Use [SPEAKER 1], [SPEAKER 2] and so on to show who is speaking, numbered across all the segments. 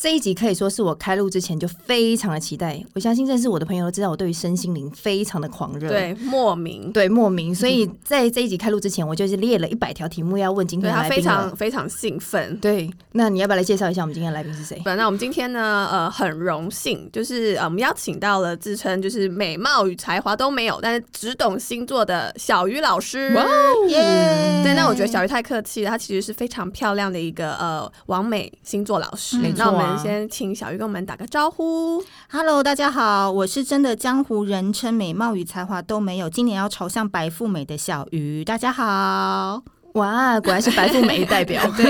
[SPEAKER 1] 这一集可以说是我开录之前就非常的期待，我相信认识我的朋友都知道我对于身心灵非常的狂热，
[SPEAKER 2] 对，嗯莫名，
[SPEAKER 1] 对莫名，所以在这一集开录之前，我就是列了一百条题目要问今
[SPEAKER 2] 对啊他
[SPEAKER 1] 天的来
[SPEAKER 2] 非
[SPEAKER 1] 宾
[SPEAKER 2] 常
[SPEAKER 1] 了。
[SPEAKER 2] 非常兴奋。
[SPEAKER 1] 对，那你要不要来介绍一下我们今天的来宾 是谁？
[SPEAKER 2] 本那我们今天呢，呃，很荣幸，就是呃，我们邀请到了自称就是美貌与才华都没有，但是只懂星座的小鱼老师。
[SPEAKER 1] 哇哦
[SPEAKER 2] 耶！对，那我觉得小鱼太客气了，她其实是非常漂亮的一个呃完美星座老师。
[SPEAKER 1] 没
[SPEAKER 2] 那
[SPEAKER 1] 错啊
[SPEAKER 2] 我们先请小鱼跟我们打个招呼。
[SPEAKER 3] Hello，大家好，我是真的江湖人称美貌与才华都没有，今年要朝向白富美的小鱼。大家好，
[SPEAKER 1] 哇，果然是白富美代表。
[SPEAKER 2] 对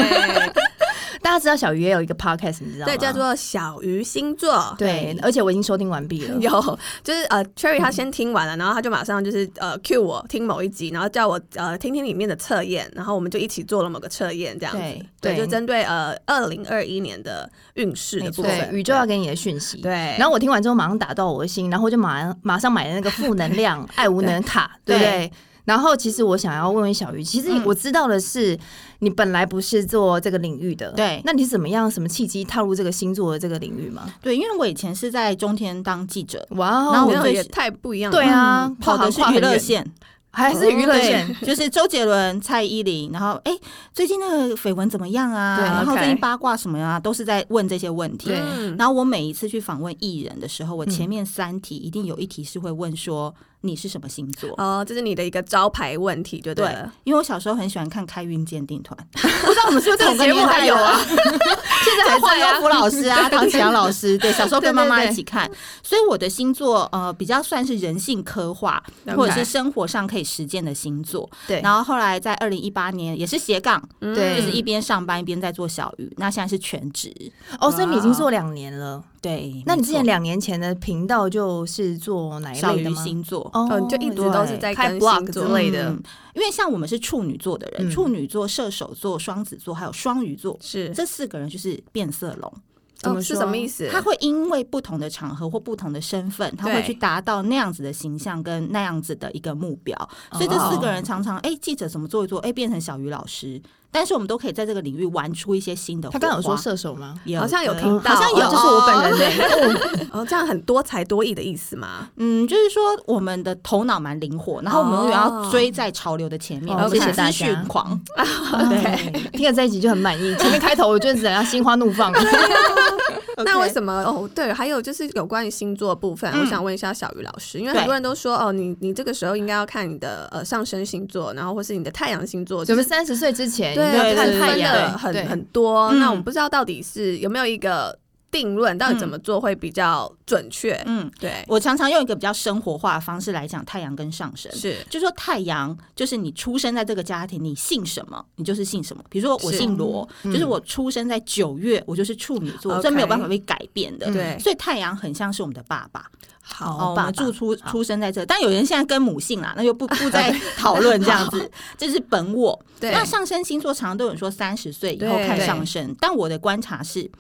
[SPEAKER 1] 大家知道小鱼也有一个 podcast，你知道吗？
[SPEAKER 2] 对，叫做小鱼星座。
[SPEAKER 1] 对，而且我已经收听完毕 了。
[SPEAKER 2] 有，就是呃，Cherry 他先听完了，然后他就马上就是呃 cue 我听某一集，然后叫我呃听听里面的测验，然后我们就一起做了某个测验，这样子，
[SPEAKER 1] 对
[SPEAKER 2] 对，
[SPEAKER 1] 对
[SPEAKER 2] 就针对呃二零二一年的运势的
[SPEAKER 3] 没
[SPEAKER 2] 部
[SPEAKER 3] 错
[SPEAKER 1] 对
[SPEAKER 2] 分，，
[SPEAKER 1] 宇宙要给你的讯息。
[SPEAKER 2] 对，
[SPEAKER 1] 然后我听完之后马上打到我的心，然后我就马上马上买了那个负能量爱无能卡，对
[SPEAKER 2] 对
[SPEAKER 1] 不对？然后其实我想要问问小鱼，其实
[SPEAKER 3] 嗯
[SPEAKER 1] 我知道的是，你本来不是做这个领域的，
[SPEAKER 3] 对
[SPEAKER 1] 那你怎么样？什么契机踏入这个星座的这个领域吗？
[SPEAKER 3] 对，因为我以前是在中天当记者，
[SPEAKER 1] 哇
[SPEAKER 3] 然后
[SPEAKER 1] 哦
[SPEAKER 3] 我，
[SPEAKER 2] 那
[SPEAKER 3] 最
[SPEAKER 2] 也太不一样了，
[SPEAKER 1] 对啊，
[SPEAKER 3] 跑的是娱乐线，
[SPEAKER 1] 还是娱乐 线？
[SPEAKER 3] 对，就是周杰伦、蔡依林，然后哎、最近那个绯闻怎么样啊？
[SPEAKER 1] 对
[SPEAKER 3] 然后
[SPEAKER 2] OK
[SPEAKER 3] 最近八卦什么啊，都是在问这些问题。
[SPEAKER 1] 对
[SPEAKER 2] 嗯
[SPEAKER 3] 然后我每一次去访问艺人的时候，我前面三题一定有一题是会问说你是什么星座。
[SPEAKER 2] 哦，这是你的一个招牌问题，就对啊
[SPEAKER 3] 对
[SPEAKER 2] 了。，
[SPEAKER 3] 因为我小时候很喜欢看开运鉴定团，不知道我们是不是同个
[SPEAKER 1] 节目
[SPEAKER 3] 年
[SPEAKER 1] 还
[SPEAKER 3] 代
[SPEAKER 1] 有
[SPEAKER 3] 的
[SPEAKER 1] 啊，
[SPEAKER 3] 现 在 还在啊，郭老师啊，唐启阳老师， 对，小时候跟妈妈
[SPEAKER 1] 对对对
[SPEAKER 3] 一起看，所以我的星座呃比较算是人性刻画，
[SPEAKER 2] OK
[SPEAKER 3] 或者是生活上可以实践的星座。
[SPEAKER 1] 对
[SPEAKER 3] 然后后来在二零一八年也是斜杠，
[SPEAKER 2] 嗯
[SPEAKER 1] 对
[SPEAKER 3] 就是一边上班一边在做小鱼，那现在是全职。
[SPEAKER 1] 哦，所以你已经做两年了。
[SPEAKER 3] 对，
[SPEAKER 1] 那你
[SPEAKER 3] 没
[SPEAKER 1] 之
[SPEAKER 3] 错
[SPEAKER 1] 前两年前的频道就是做哪一
[SPEAKER 3] 小
[SPEAKER 1] 类的
[SPEAKER 3] 鱼
[SPEAKER 1] 吗？
[SPEAKER 3] 星座。
[SPEAKER 1] 哦
[SPEAKER 2] 嗯就一直都是
[SPEAKER 1] 对
[SPEAKER 2] 在
[SPEAKER 1] 开
[SPEAKER 2] 更
[SPEAKER 1] blog
[SPEAKER 2] 星
[SPEAKER 1] 之
[SPEAKER 2] 座
[SPEAKER 1] 类的。
[SPEAKER 3] 嗯因为像我们是处女座的人，
[SPEAKER 1] 嗯
[SPEAKER 3] 处女座、射手座、双子座还有双鱼座，
[SPEAKER 2] 是
[SPEAKER 3] 这四个人就是变色龙。
[SPEAKER 1] 怎么
[SPEAKER 2] 哦是
[SPEAKER 1] 说
[SPEAKER 2] 什么意思？
[SPEAKER 3] 他会因为不同的场合或不同的身份，他
[SPEAKER 2] 对
[SPEAKER 3] 会去达到那样子的形象跟那样子的一个目标。所以这四个人常常，哎、记者怎么做一做，哎、变成小鱼老师，但是我们都可以在这个领域玩出一些新的火
[SPEAKER 1] 他
[SPEAKER 3] 花。
[SPEAKER 1] 刚刚有说射手吗？
[SPEAKER 3] 有的
[SPEAKER 2] 好像有听到，
[SPEAKER 1] 好像有
[SPEAKER 2] 哦
[SPEAKER 1] 就是我本人
[SPEAKER 2] 哦，这样很多才多艺的意思吗？
[SPEAKER 3] 嗯，就是说我们的头脑蛮灵活，然后我们永远要
[SPEAKER 2] 哦
[SPEAKER 3] 追在潮流的前面，
[SPEAKER 1] 哦
[SPEAKER 3] 我们
[SPEAKER 2] 谢谢
[SPEAKER 3] 是
[SPEAKER 1] 大
[SPEAKER 3] 资
[SPEAKER 1] 家
[SPEAKER 3] 讯狂。
[SPEAKER 1] 对，听了这一集就很满意。前面开头我就只要心花怒放。
[SPEAKER 2] 那为什么哦？对，还有就是有关于星座部分，我想问一下小鱼老师，因为很
[SPEAKER 3] 嗯对
[SPEAKER 2] 多人都说哦，你你这个时候应该要看你的呃上升星座，然后或是你的太阳星座，
[SPEAKER 1] 我
[SPEAKER 2] 就是
[SPEAKER 1] 们三十岁之前，
[SPEAKER 2] 对
[SPEAKER 1] 你就
[SPEAKER 2] 对
[SPEAKER 1] 要看
[SPEAKER 2] 对
[SPEAKER 1] 太
[SPEAKER 2] 分
[SPEAKER 1] 阳，
[SPEAKER 2] 的
[SPEAKER 1] 对
[SPEAKER 2] 很
[SPEAKER 1] 对
[SPEAKER 2] 很多。
[SPEAKER 3] 嗯
[SPEAKER 2] 那我们不知道到底是有没有一个定论，到底怎么做会比较准确？
[SPEAKER 3] 嗯，
[SPEAKER 2] 对，
[SPEAKER 3] 我常常用一个比较生活化的方式来讲太阳跟上升。
[SPEAKER 2] 是
[SPEAKER 3] 就说太阳就是你出生在这个家庭，你姓什么，你就是姓什么。比如说我
[SPEAKER 2] 是
[SPEAKER 3] 姓罗，
[SPEAKER 1] 嗯
[SPEAKER 3] 就是我出生在九月，我就是处女座，
[SPEAKER 2] OK
[SPEAKER 3] 这没有办法被改变的。
[SPEAKER 2] 对
[SPEAKER 3] 所以太阳很像是我们的爸爸，
[SPEAKER 2] 好。
[SPEAKER 1] 哦
[SPEAKER 3] 我
[SPEAKER 1] 爸爸
[SPEAKER 3] 们住出
[SPEAKER 1] 好
[SPEAKER 3] 出生在这，但有人现在跟母姓啦，那就不不 再讨论这样子，这是本我。
[SPEAKER 2] 对，
[SPEAKER 3] 那上升星座常常都有人说三十岁以后
[SPEAKER 2] 对
[SPEAKER 3] 看上升，但我的观察是。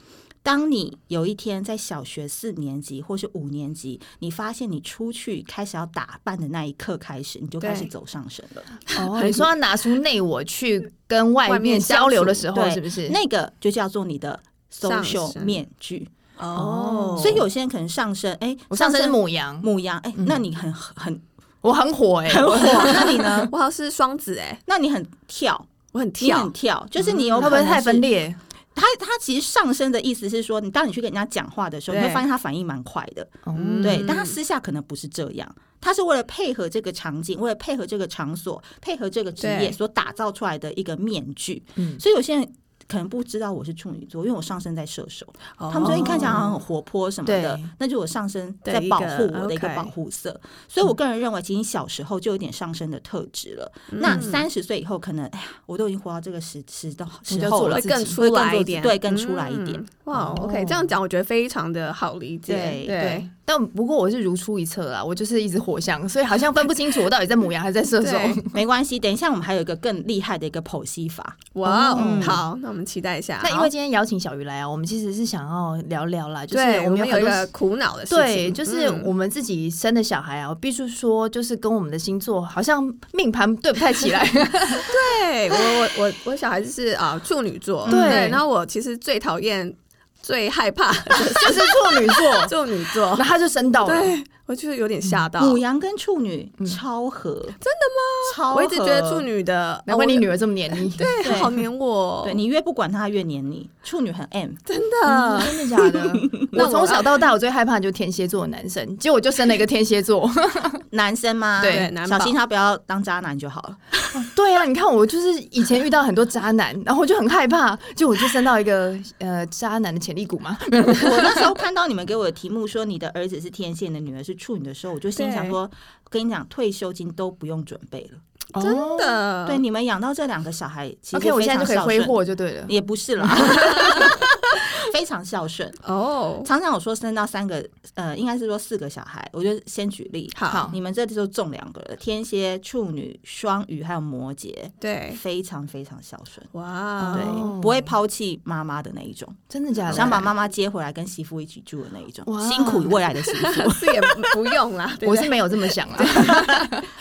[SPEAKER 3] 当你有一天在小学四年级或是五年级，你发现你出去开始要打扮的那一刻开始，你就开始
[SPEAKER 2] 对
[SPEAKER 3] 走上升了。
[SPEAKER 1] 哦，你说要拿出内我去跟外
[SPEAKER 2] 外
[SPEAKER 1] 面
[SPEAKER 2] 面相处
[SPEAKER 1] 交流的时候，
[SPEAKER 3] 对
[SPEAKER 1] 是不是？
[SPEAKER 3] 那个就叫做你的
[SPEAKER 2] 上升
[SPEAKER 3] social 面具。
[SPEAKER 2] 哦，
[SPEAKER 3] 所以有些人可能上升，哎、
[SPEAKER 1] 我上升是
[SPEAKER 3] 升
[SPEAKER 1] 母羊，嗯
[SPEAKER 3] 母羊，哎、那你很很
[SPEAKER 1] 我很火哎，
[SPEAKER 3] 很 火，那你呢？
[SPEAKER 2] 我好像是双子哎，
[SPEAKER 3] 那你很跳，
[SPEAKER 2] 我很
[SPEAKER 3] 你
[SPEAKER 2] 跳
[SPEAKER 3] 很，跳，就是你有
[SPEAKER 1] 会
[SPEAKER 3] 可
[SPEAKER 1] 不
[SPEAKER 3] 能
[SPEAKER 1] 嗯会
[SPEAKER 3] 是
[SPEAKER 1] 太分？裂？
[SPEAKER 3] 他他其实上升的意思是说，你当你去跟人家讲话的时候，你
[SPEAKER 2] 对
[SPEAKER 3] 会发现他反应蛮快的，
[SPEAKER 1] 哦
[SPEAKER 2] 嗯
[SPEAKER 3] 对，但他私下可能不是这样。他是为了配合这个场景，为了配合这个场所，配合这个职
[SPEAKER 2] 对
[SPEAKER 3] 业所打造出来的一个面具。
[SPEAKER 1] 嗯
[SPEAKER 3] 所以有些人可能不知道我是处女座，因为我上升在射手。
[SPEAKER 2] 哦
[SPEAKER 3] 他们最近看起来好像很活泼什么的
[SPEAKER 1] 对，
[SPEAKER 3] 那就我上升
[SPEAKER 2] 的
[SPEAKER 3] 在
[SPEAKER 2] 一
[SPEAKER 3] 保
[SPEAKER 2] 个
[SPEAKER 3] 护我的一个
[SPEAKER 2] OK 嗯
[SPEAKER 3] 保护色，所以我个人认为，其实你小时候就有点上升的特质了。
[SPEAKER 2] 嗯
[SPEAKER 3] 那三十岁以后，可能哎呀，我都已经活到这个时时到
[SPEAKER 1] 你
[SPEAKER 3] 时
[SPEAKER 1] 就
[SPEAKER 3] 候
[SPEAKER 1] 做
[SPEAKER 3] 了，
[SPEAKER 2] 会
[SPEAKER 1] 了
[SPEAKER 2] 更
[SPEAKER 1] 自己
[SPEAKER 2] 出
[SPEAKER 3] 会更
[SPEAKER 2] 来
[SPEAKER 3] 做
[SPEAKER 2] 一
[SPEAKER 3] 自
[SPEAKER 2] 点，
[SPEAKER 3] 对更出来一点
[SPEAKER 2] 嗯。哇
[SPEAKER 1] 哦
[SPEAKER 2] ，OK，这样讲我觉得非常的好理解，
[SPEAKER 3] 对
[SPEAKER 2] 对，
[SPEAKER 1] 但不过我是如出一辙啊啦，我就是一直火象，所以好像分不清楚我到底在母羊还是在射手。
[SPEAKER 2] 对
[SPEAKER 3] 没关系，等一下我们还有一个更厉害的一个剖析法。
[SPEAKER 2] 哇哦，
[SPEAKER 3] 嗯
[SPEAKER 2] 好，那我们期待一下。啊
[SPEAKER 1] 那因
[SPEAKER 2] 好
[SPEAKER 1] 为今天邀请小鱼来啊，我们其实是想要聊聊啦，就是
[SPEAKER 2] 对我们
[SPEAKER 1] 们有
[SPEAKER 2] 有
[SPEAKER 1] 很
[SPEAKER 2] 一
[SPEAKER 1] 多
[SPEAKER 2] 个苦恼的事情，
[SPEAKER 1] 对，就是
[SPEAKER 2] 嗯
[SPEAKER 1] 我们自己生的小孩啊，我必须说，就是跟我们的星座好像命盘对不太起来。
[SPEAKER 2] 对我我我我小孩子是啊处女座，
[SPEAKER 1] 嗯对
[SPEAKER 2] 然后我其实最讨厌、最害怕的
[SPEAKER 1] 就是处女座，
[SPEAKER 2] 是 处女座
[SPEAKER 1] 然后，他就升到了。嗯
[SPEAKER 2] 对我就是有点吓到。
[SPEAKER 3] 母羊跟处女超合，嗯真的吗？超合，
[SPEAKER 2] 我一直觉得处女的，哦
[SPEAKER 1] 难怪你
[SPEAKER 2] 我
[SPEAKER 1] 女儿这么黏腻。对，
[SPEAKER 2] 对
[SPEAKER 3] 对
[SPEAKER 2] 好黏我，
[SPEAKER 3] 对你越不管他，他越黏你。处女很 M，
[SPEAKER 2] 真的。
[SPEAKER 1] 真的假的？
[SPEAKER 2] 那
[SPEAKER 1] 我
[SPEAKER 2] 我
[SPEAKER 1] 从小到大，我最害怕的就是天蝎座的男生，结果我就生了一个天蝎座。
[SPEAKER 3] 男生吗？
[SPEAKER 1] 对
[SPEAKER 2] 对男宝
[SPEAKER 3] 小心他不要当渣男就好 了。
[SPEAKER 1] 对啊，你看我就是以前遇到很多渣男，然后我就很害怕，结果我就生到一个呃渣男的潜力股嘛。
[SPEAKER 3] 我那时候看到你们给我的题目说你的儿子是天蝎，你的女儿是处女的时候，我就心想说，跟你讲，退休金都不用准备了。
[SPEAKER 1] 真
[SPEAKER 2] 真的，
[SPEAKER 3] 对，你们养到这两个小孩，其实
[SPEAKER 1] 哦，OK，我
[SPEAKER 3] 非
[SPEAKER 1] 现在
[SPEAKER 3] 常
[SPEAKER 1] 就可以
[SPEAKER 3] 孝
[SPEAKER 1] 挥
[SPEAKER 3] 顺，
[SPEAKER 1] 霍就对了。
[SPEAKER 3] 也不是 啦，非常孝顺。
[SPEAKER 2] 哦，
[SPEAKER 3] 常常我说生到三个，呃，应该是说四个小孩，我就先举例。
[SPEAKER 2] 好，
[SPEAKER 3] 你们这里就中两个了，天蝎、处女、双鱼还有摩羯，
[SPEAKER 2] 对，
[SPEAKER 3] 非常非常孝顺，
[SPEAKER 2] 哇，
[SPEAKER 3] 对，
[SPEAKER 1] 哦
[SPEAKER 3] 不会抛弃妈妈的那一种，
[SPEAKER 1] 真的假的？
[SPEAKER 3] 想把妈妈接回来跟媳妇一起住的那一种，
[SPEAKER 1] 哇
[SPEAKER 3] 辛苦未来的媳妇。
[SPEAKER 2] 这也不用啦，对不
[SPEAKER 1] 我
[SPEAKER 2] 对
[SPEAKER 1] 是没有这么想啊。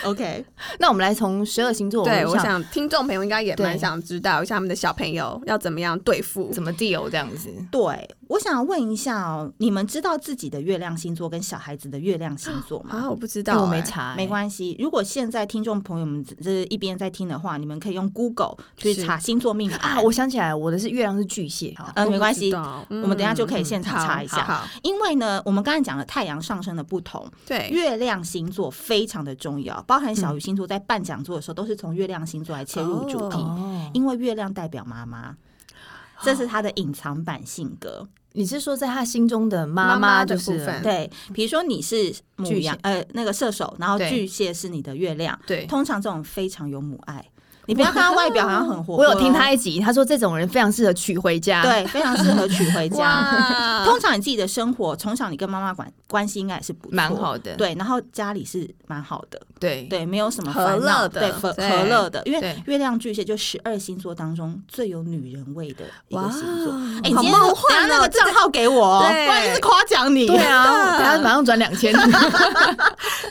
[SPEAKER 3] OK，
[SPEAKER 1] 那我们来从十二星座，
[SPEAKER 2] 对，
[SPEAKER 1] 我
[SPEAKER 2] 我想听众朋友应该也
[SPEAKER 1] 对
[SPEAKER 2] 蛮想知道一下他们的小朋友要怎么样对付。
[SPEAKER 1] 怎么 deal 这样子。
[SPEAKER 3] 对，我想问一下哦，你们知道自己的月亮星座跟小孩子的月亮星座吗？
[SPEAKER 2] 啊，我不知
[SPEAKER 1] 但
[SPEAKER 2] 道，
[SPEAKER 1] 我没
[SPEAKER 2] 哎
[SPEAKER 1] 查欸、
[SPEAKER 3] 没关系，如果现在听众朋友们这一边在听的话，你们可以用 Google 去
[SPEAKER 2] 是
[SPEAKER 3] 查星座命盘
[SPEAKER 1] 啊，我想起来，我的是月亮是巨蟹，好
[SPEAKER 3] 呃，没关
[SPEAKER 2] 我
[SPEAKER 3] 系
[SPEAKER 2] 不知，道嗯
[SPEAKER 3] 我们等一下就可以现场
[SPEAKER 2] 好
[SPEAKER 3] 查一下
[SPEAKER 2] 好好
[SPEAKER 3] 因为呢，我们刚才讲了太阳上升的不同，
[SPEAKER 2] 对，
[SPEAKER 3] 月亮星座非常的重要，包含小鱼星座在办讲座的时候，都是从月亮星座来切入主
[SPEAKER 2] 嗯
[SPEAKER 3] 题，
[SPEAKER 1] 哦，
[SPEAKER 3] 因为月亮代表妈妈，这是他的隐藏版性格。
[SPEAKER 1] 你是说在他心中的
[SPEAKER 2] 妈
[SPEAKER 1] 妈
[SPEAKER 2] 妈的
[SPEAKER 1] 就
[SPEAKER 2] 部
[SPEAKER 1] 是
[SPEAKER 2] 分
[SPEAKER 3] 对，比如说你是母
[SPEAKER 1] 巨
[SPEAKER 3] 羊
[SPEAKER 1] 蟹，
[SPEAKER 3] 呃，那个射手，然后
[SPEAKER 1] 对
[SPEAKER 3] 巨蟹是你的月亮，
[SPEAKER 1] 对。
[SPEAKER 3] 通常这种非常有母爱。你不要看他外表好像很活
[SPEAKER 1] 我
[SPEAKER 3] 泼哦，
[SPEAKER 1] 有听他一集，他说这种人非常适合娶回家。，
[SPEAKER 3] 对，非常适合娶 回家。
[SPEAKER 2] 哇
[SPEAKER 3] 通常你自己的生活，从小你跟妈妈关关系应该也是不错
[SPEAKER 1] 蛮好的
[SPEAKER 3] 对，然后家里是蛮好的，
[SPEAKER 1] 对
[SPEAKER 3] 对，没有什么
[SPEAKER 2] 和
[SPEAKER 3] 烦恼
[SPEAKER 2] 乐的
[SPEAKER 3] 对，和
[SPEAKER 2] 对
[SPEAKER 3] 和乐的，因为
[SPEAKER 1] 对
[SPEAKER 3] 月亮巨蟹就十二星座当中最有女人味的一个星座。
[SPEAKER 2] 哇
[SPEAKER 3] 哎，你
[SPEAKER 2] 好
[SPEAKER 3] 今天
[SPEAKER 2] 梦
[SPEAKER 3] 等下
[SPEAKER 2] 幻
[SPEAKER 3] 那
[SPEAKER 2] 哦
[SPEAKER 3] 个账号给我哦，
[SPEAKER 2] 对
[SPEAKER 3] 不然就是夸奖你。
[SPEAKER 1] 对啊，我等下马上转两千。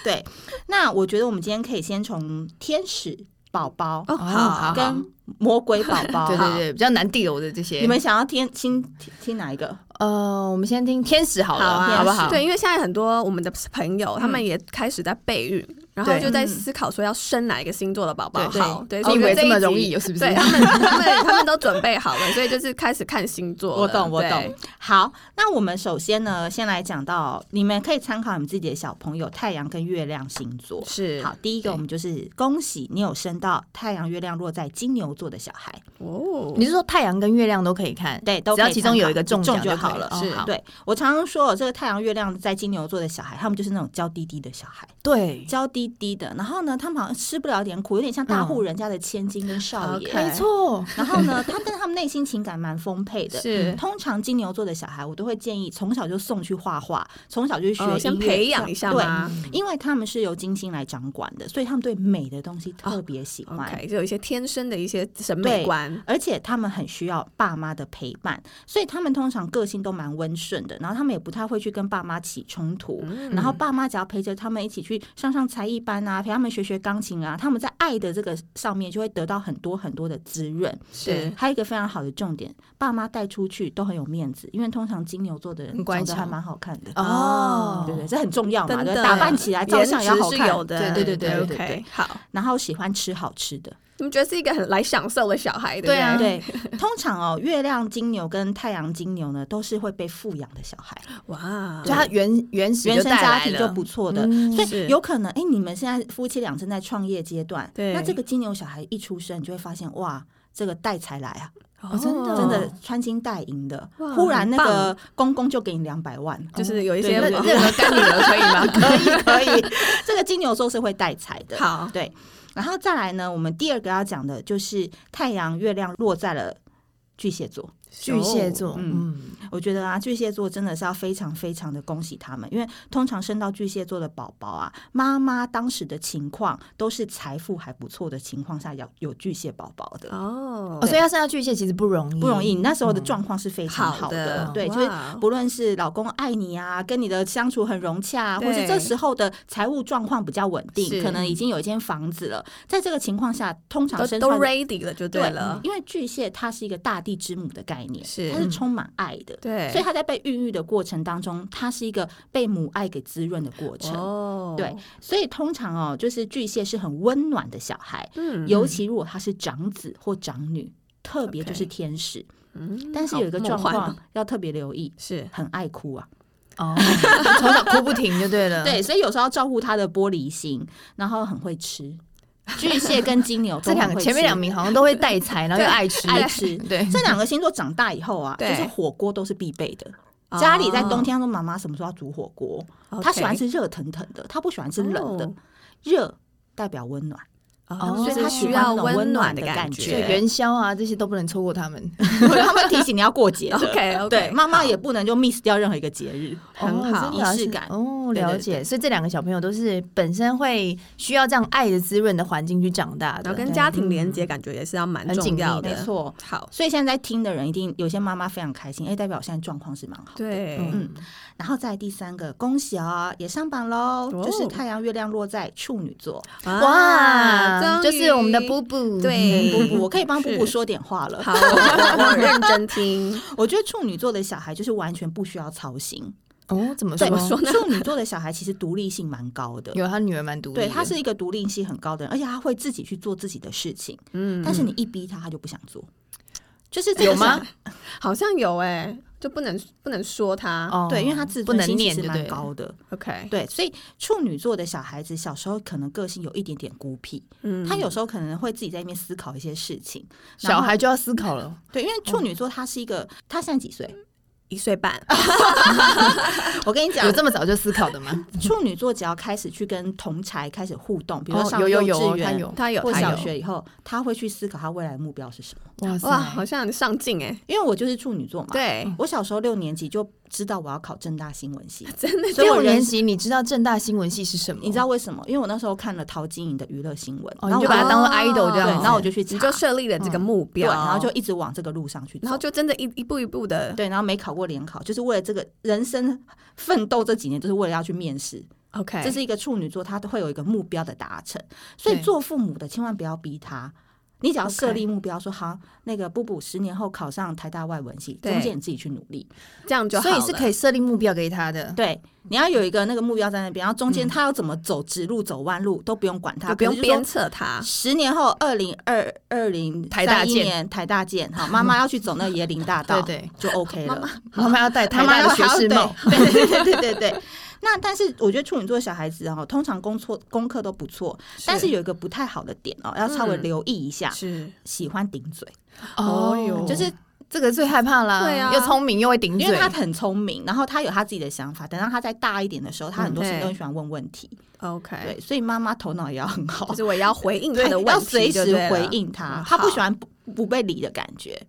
[SPEAKER 3] 对，那我觉得我们今天可以先从天使宝宝
[SPEAKER 2] 哦，好
[SPEAKER 1] 好
[SPEAKER 3] 跟魔鬼宝 宝，
[SPEAKER 1] 对对对，比较难 deal 的这些。
[SPEAKER 3] 你们想要听听听听哪一个？
[SPEAKER 1] 呃，我们先听天使好了，
[SPEAKER 2] 好啊
[SPEAKER 1] 不好？
[SPEAKER 2] 对，因为现在很多我们的朋友，
[SPEAKER 3] 嗯
[SPEAKER 2] 他们也开始在备孕，然后
[SPEAKER 1] 对
[SPEAKER 2] 就在思考说要生哪一个星座的宝宝
[SPEAKER 3] 对
[SPEAKER 2] 好。对，
[SPEAKER 1] 哦
[SPEAKER 2] 所以
[SPEAKER 1] 你以
[SPEAKER 2] 我
[SPEAKER 1] 为
[SPEAKER 2] 觉得
[SPEAKER 1] 这么
[SPEAKER 2] 一集
[SPEAKER 1] 容易哦 是不是
[SPEAKER 2] 对，他们他们他们都准备好了，所以就是开始看星座了。
[SPEAKER 3] 我懂，我
[SPEAKER 2] 对
[SPEAKER 3] 懂。。好，那我们首先呢，先来讲到，你们可以参考你们自己的小朋友太阳跟月亮星座。
[SPEAKER 2] 是
[SPEAKER 3] 好，第一个我们就是恭喜你有生到太阳、月亮落在金牛座的小孩，
[SPEAKER 2] 哦，
[SPEAKER 1] 你是说太阳跟月亮都可以看？
[SPEAKER 3] 对，都
[SPEAKER 1] 只要
[SPEAKER 3] 可以
[SPEAKER 1] 其中
[SPEAKER 3] 参
[SPEAKER 1] 有
[SPEAKER 3] 考
[SPEAKER 1] 一个中
[SPEAKER 3] 中
[SPEAKER 1] 奖
[SPEAKER 3] 就
[SPEAKER 1] 就可
[SPEAKER 3] 好
[SPEAKER 1] 以
[SPEAKER 3] 了。
[SPEAKER 1] 哦
[SPEAKER 2] 是
[SPEAKER 1] 好
[SPEAKER 3] 对我常常说，这个太阳、月亮在金牛座的小孩，他们就是那种娇滴滴的小孩，
[SPEAKER 1] 对，
[SPEAKER 3] 娇滴滴的。然后呢，他们好像吃不了点苦，有点像大
[SPEAKER 1] 嗯
[SPEAKER 3] 户人家的千金跟少爷。
[SPEAKER 2] OK
[SPEAKER 1] 没错，
[SPEAKER 3] 然后呢，他但他们内心情感蛮丰沛的，
[SPEAKER 2] 是
[SPEAKER 3] 通常金牛座的小孩，我都会建议从小就送去画画，从小就去学音乐、
[SPEAKER 2] 哦先培养一下吗
[SPEAKER 3] 对，因为他们是由金星来掌管的，所以他们对美的东西特别喜欢。
[SPEAKER 2] OK，就有一些天生的一些审美观。
[SPEAKER 3] 而且他们很需要爸妈的陪伴，所以他们通常个性都蛮温顺的，然后他们也不太会去跟爸妈起冲突，
[SPEAKER 2] 嗯
[SPEAKER 3] 然后爸妈只要陪着他们一起去上上才艺班啊，陪他们学学钢琴啊，他们在爱的这个上面就会得到很多很多的滋润。
[SPEAKER 2] 是
[SPEAKER 3] 还有一个非常好的重点，爸妈带出去都很有面子，因为通常金牛座的人
[SPEAKER 1] 很
[SPEAKER 3] 长
[SPEAKER 1] 乖
[SPEAKER 3] 得
[SPEAKER 1] 巧
[SPEAKER 3] 还蛮好看的，
[SPEAKER 1] 哦
[SPEAKER 3] 对对，这很重要嘛，
[SPEAKER 2] 真
[SPEAKER 3] 对，
[SPEAKER 2] 的
[SPEAKER 3] 打扮起来照相也要好
[SPEAKER 2] 颜值是
[SPEAKER 3] 看，
[SPEAKER 2] 有的，
[SPEAKER 3] 对对对对
[SPEAKER 2] o
[SPEAKER 3] 对
[SPEAKER 2] k
[SPEAKER 3] 对。
[SPEAKER 2] 好，
[SPEAKER 3] 然后喜欢吃好吃的，
[SPEAKER 2] 你们觉得是一个很来享受的小孩，不
[SPEAKER 1] 对啊
[SPEAKER 3] 对，通常哦，月亮金牛跟太阳金牛呢，都是会被富养的小孩，
[SPEAKER 2] 哇，
[SPEAKER 1] 就他原原始
[SPEAKER 3] 原
[SPEAKER 1] 就
[SPEAKER 3] 生
[SPEAKER 1] 带
[SPEAKER 3] 家
[SPEAKER 1] 来
[SPEAKER 3] 庭
[SPEAKER 1] 了
[SPEAKER 3] 就不错的，
[SPEAKER 1] 嗯
[SPEAKER 3] 所以
[SPEAKER 2] 是
[SPEAKER 3] 有可能，哎，你们现在夫妻俩正在创业阶段，
[SPEAKER 2] 对
[SPEAKER 3] 那这个金牛小孩一出生，你就会发现，哇，这个带财来啊，
[SPEAKER 2] 哦
[SPEAKER 1] 真的
[SPEAKER 3] 真的穿金戴银的
[SPEAKER 2] 哇，
[SPEAKER 3] 忽然那
[SPEAKER 2] 很
[SPEAKER 3] 个公公就给你两百万，
[SPEAKER 2] 就是有一
[SPEAKER 3] 对
[SPEAKER 2] 些
[SPEAKER 3] 哦
[SPEAKER 2] 哦
[SPEAKER 3] 对
[SPEAKER 1] 任
[SPEAKER 3] 对
[SPEAKER 2] 网
[SPEAKER 1] 任何干女儿可以吗？
[SPEAKER 3] 可以可以， 这个金牛座是会带财的。，
[SPEAKER 2] 好
[SPEAKER 3] 对，然后再来呢，我们第二个要讲的就是太阳、月亮落在了巨蟹座，
[SPEAKER 1] 巨蟹座，
[SPEAKER 3] 嗯
[SPEAKER 1] 嗯，
[SPEAKER 3] 我觉得啊，巨蟹座真的是要非常非常的恭喜他们，因为通常生到巨蟹座的宝宝啊，妈妈当时的情况都是财富还不错的情况下有有巨蟹宝宝的。
[SPEAKER 2] 哦
[SPEAKER 1] 哦，所以要生到巨蟹其实不容易，
[SPEAKER 3] 不容易，你那时候的状况是非常好的，
[SPEAKER 2] 嗯好的
[SPEAKER 3] 对，
[SPEAKER 2] 哇哦
[SPEAKER 3] 就是不论是老公爱你啊，跟你的相处很融洽、啊，
[SPEAKER 2] 对
[SPEAKER 3] 或是这时候的财务状况比较稳
[SPEAKER 2] 是
[SPEAKER 3] 定，可能已经有一间房子了，在这个情况下，通常
[SPEAKER 2] 都
[SPEAKER 3] 生
[SPEAKER 2] 都
[SPEAKER 3] 出来的
[SPEAKER 2] ready 了就
[SPEAKER 3] 对嗯
[SPEAKER 2] 了，
[SPEAKER 3] 因为巨蟹它是一个大地之母的概念，
[SPEAKER 2] 是嗯
[SPEAKER 3] 它是充满爱的，
[SPEAKER 2] 对，
[SPEAKER 3] 所以它在被孕育的过程当中，它是一个被母爱给滋润的过程。
[SPEAKER 2] 哦，
[SPEAKER 3] 对，所以通常哦，就是巨蟹是很温暖的小孩，
[SPEAKER 2] 嗯
[SPEAKER 3] 尤其如果他是长子或长女，特别就是天使。
[SPEAKER 2] 嗯
[SPEAKER 3] 但是有一个
[SPEAKER 2] 好
[SPEAKER 3] 状
[SPEAKER 2] 梦幻
[SPEAKER 3] 况
[SPEAKER 2] 哦
[SPEAKER 3] 要特别留意，
[SPEAKER 2] 是
[SPEAKER 3] 很爱哭啊。
[SPEAKER 1] 哦，从小哭不停就对了，
[SPEAKER 3] 对，所以有时候要照顾他的玻璃心，然后很会吃。巨蟹跟 金牛都
[SPEAKER 1] 这两
[SPEAKER 3] 很
[SPEAKER 1] 个
[SPEAKER 3] 会
[SPEAKER 1] 前面
[SPEAKER 3] 吃
[SPEAKER 1] 两名好像都会带 财，然后又爱吃，
[SPEAKER 3] 爱吃。
[SPEAKER 1] 对，
[SPEAKER 3] 这两个星座长大以后啊，就
[SPEAKER 2] 对
[SPEAKER 3] 是火锅都是必备的。
[SPEAKER 1] 哦
[SPEAKER 3] 家里在冬天，他说妈妈什么时候要煮火锅？
[SPEAKER 2] 哦
[SPEAKER 3] 他喜欢
[SPEAKER 2] OK
[SPEAKER 3] 吃热腾腾的，他不喜欢吃冷的
[SPEAKER 2] 哦。
[SPEAKER 3] 热代表温 暖，
[SPEAKER 2] 哦，
[SPEAKER 3] 所以
[SPEAKER 2] 他
[SPEAKER 3] 他
[SPEAKER 2] 需
[SPEAKER 3] 喜
[SPEAKER 2] 要
[SPEAKER 3] 欢那种
[SPEAKER 2] 温
[SPEAKER 3] 温
[SPEAKER 2] 暖
[SPEAKER 3] 暖
[SPEAKER 2] 的
[SPEAKER 3] 的
[SPEAKER 2] 感
[SPEAKER 3] 感
[SPEAKER 2] 觉，
[SPEAKER 3] 觉
[SPEAKER 1] 对元宵啊这些都不能错过他 们，
[SPEAKER 3] 他们提醒你要过节
[SPEAKER 1] 哦
[SPEAKER 3] 的。
[SPEAKER 2] OK OK，
[SPEAKER 3] 对，妈妈也不能就 miss 掉任何一个节日。
[SPEAKER 2] 很好
[SPEAKER 1] 哦真的啊
[SPEAKER 3] 仪式
[SPEAKER 1] 是
[SPEAKER 3] 感
[SPEAKER 1] 哦，
[SPEAKER 3] 对对
[SPEAKER 1] 了
[SPEAKER 3] 对
[SPEAKER 1] 解。所以这两个小朋友都是本身会需要这样爱的滋润的环境去长大
[SPEAKER 2] 然
[SPEAKER 1] 的，
[SPEAKER 2] 后跟家庭连
[SPEAKER 3] 嗯
[SPEAKER 2] 接，感觉也是要蛮
[SPEAKER 1] 很紧
[SPEAKER 2] 重
[SPEAKER 1] 密
[SPEAKER 2] 要
[SPEAKER 3] 没
[SPEAKER 2] 的，
[SPEAKER 3] 错。
[SPEAKER 2] 好，
[SPEAKER 3] 所以现在在听的人一定有些妈妈非常开心，哎，代表我现在状况是蛮好的。
[SPEAKER 2] 对，
[SPEAKER 1] 嗯，
[SPEAKER 3] 然后再来第三个，恭喜哦，也上榜喽，
[SPEAKER 2] 哦
[SPEAKER 3] 就是太阳月亮落在处女座。
[SPEAKER 1] 哇，
[SPEAKER 2] 终
[SPEAKER 1] 就是我们的
[SPEAKER 2] 于
[SPEAKER 1] 布布，
[SPEAKER 2] 对
[SPEAKER 1] 嗯
[SPEAKER 3] 布布，我 可以帮布布
[SPEAKER 2] 是
[SPEAKER 3] 说点话了。
[SPEAKER 2] 好，我我我认真听，
[SPEAKER 3] 我觉得处女座的小孩就是完全不需要操心。
[SPEAKER 1] 哦，怎么
[SPEAKER 3] 对，
[SPEAKER 1] 说？
[SPEAKER 3] 处女座的小孩其实独立性蛮高的。
[SPEAKER 1] 有他女儿蛮独立的，
[SPEAKER 3] 对，他是一个独立性很高的人，而且他会自己去做自己的事情。
[SPEAKER 2] 嗯，
[SPEAKER 3] 但是你一逼他，他就不想做。就是这个
[SPEAKER 1] 有吗
[SPEAKER 3] 小？？
[SPEAKER 2] 好像有哎，就不能不能说他
[SPEAKER 1] 哦
[SPEAKER 3] 对，因为他自
[SPEAKER 1] 不
[SPEAKER 3] 尊
[SPEAKER 1] 能
[SPEAKER 3] 心其
[SPEAKER 1] 念
[SPEAKER 3] 实
[SPEAKER 1] 就对
[SPEAKER 3] 蛮
[SPEAKER 1] 了
[SPEAKER 3] 高的。
[SPEAKER 2] ，OK，
[SPEAKER 3] 对，所以处女座的小孩子小时候可能个性有一点点孤僻，
[SPEAKER 2] 嗯，
[SPEAKER 3] 他有时候可能会自己在那边思考一些事情。然
[SPEAKER 1] 小
[SPEAKER 3] 后
[SPEAKER 1] 孩就要思考了，
[SPEAKER 3] 对，因为处
[SPEAKER 1] 哦
[SPEAKER 3] 女座他是一个，他现在几岁？
[SPEAKER 2] 一岁半，
[SPEAKER 3] 我跟你讲
[SPEAKER 1] 有，这么早就思考的吗？
[SPEAKER 3] 处女座只要开始去跟同才开始互动，比如说
[SPEAKER 1] 哦
[SPEAKER 3] 上
[SPEAKER 1] 有
[SPEAKER 3] 幼
[SPEAKER 1] 有有
[SPEAKER 3] 稚
[SPEAKER 1] 哦，他
[SPEAKER 3] 园、
[SPEAKER 1] 有，
[SPEAKER 2] 他有
[SPEAKER 3] 或
[SPEAKER 2] 他
[SPEAKER 3] 小
[SPEAKER 2] 有，
[SPEAKER 3] 学以后，他会去思考他未来的目标是什么。
[SPEAKER 1] 哇塞
[SPEAKER 2] 哇，好像上进哎，
[SPEAKER 3] 因为我就是处女座嘛，
[SPEAKER 2] 对，
[SPEAKER 3] 我小时候六年级就知道我要考正大新闻
[SPEAKER 1] 哦
[SPEAKER 3] 系，
[SPEAKER 2] 真的
[SPEAKER 3] 所以我
[SPEAKER 1] 六
[SPEAKER 3] 人
[SPEAKER 1] 年级你知道正大新闻系是什么？
[SPEAKER 3] 你知道为什么？因为我那时候看了陶晶莹的娱乐新闻，
[SPEAKER 1] 哦，
[SPEAKER 3] 然
[SPEAKER 1] 你
[SPEAKER 3] 后
[SPEAKER 1] 就
[SPEAKER 3] 我
[SPEAKER 1] 把它当做
[SPEAKER 2] 哦
[SPEAKER 1] idol 这
[SPEAKER 3] 对，
[SPEAKER 1] 样子，
[SPEAKER 3] 然后我就去
[SPEAKER 2] 你
[SPEAKER 3] 查
[SPEAKER 2] 就，设立了这个目
[SPEAKER 3] 嗯对，
[SPEAKER 2] 标，
[SPEAKER 3] 然后就一直往这个路上去走，
[SPEAKER 2] 然后就真的一一步一步的，
[SPEAKER 3] 对，然后没考过联考，就是为了这个人生奋斗这几年，就是为了要去面试。
[SPEAKER 2] ，OK，
[SPEAKER 3] 这是一个处女座，她都会有一个目标的达成，所以
[SPEAKER 1] 对
[SPEAKER 3] 做父母的千万不要逼他。你只要
[SPEAKER 2] OK
[SPEAKER 3] 设立目标，说好，那个布布十年后考上台大外文系，
[SPEAKER 2] 对
[SPEAKER 3] 中间你自己去努力。
[SPEAKER 2] 这样就好
[SPEAKER 1] 所
[SPEAKER 2] 了，
[SPEAKER 1] 以是可以设定目标给他的，
[SPEAKER 3] 对，你要有一个那个目标在那边，然后中间他要怎么走直路、走弯路都不用管他，
[SPEAKER 2] 就不用
[SPEAKER 3] 可是就说
[SPEAKER 2] 鞭策他，
[SPEAKER 3] 十年后，二零二二零
[SPEAKER 1] 台大见
[SPEAKER 3] 年台大见，好，妈妈要去走那椰林大道，
[SPEAKER 1] 对对，
[SPEAKER 3] 就 OK 了。
[SPEAKER 1] 妈妈要戴
[SPEAKER 3] 他
[SPEAKER 1] 台
[SPEAKER 3] 妈
[SPEAKER 1] 大
[SPEAKER 3] 要
[SPEAKER 1] 的学士帽，
[SPEAKER 3] 对对对对对对。那但是我觉得处女座小孩子哦，通常工作功课都不错，但是有一个不太好的点哦，要稍微
[SPEAKER 2] 嗯
[SPEAKER 3] 留意一下，
[SPEAKER 2] 是
[SPEAKER 3] 喜欢顶嘴，
[SPEAKER 1] 哦
[SPEAKER 2] 哦
[SPEAKER 1] 哟，
[SPEAKER 3] 就是
[SPEAKER 1] 这个最害怕啦，
[SPEAKER 2] 对啊
[SPEAKER 1] 又聪明又会顶
[SPEAKER 3] 因为
[SPEAKER 1] 嘴，
[SPEAKER 3] 他很聪明，然后他有他自己的想法，等到他再大一点的时候，他很多事情都很喜欢问问题，
[SPEAKER 2] OK，
[SPEAKER 3] 嗯对，所以妈妈头脑也要很好
[SPEAKER 2] 就。是我也要回应他的
[SPEAKER 3] 对，
[SPEAKER 2] 问
[SPEAKER 3] 要
[SPEAKER 2] 题，
[SPEAKER 3] 随时
[SPEAKER 2] 就对了
[SPEAKER 3] 回应他
[SPEAKER 2] 嗯，
[SPEAKER 3] 他不
[SPEAKER 2] 好
[SPEAKER 3] 喜欢不不被理的感觉。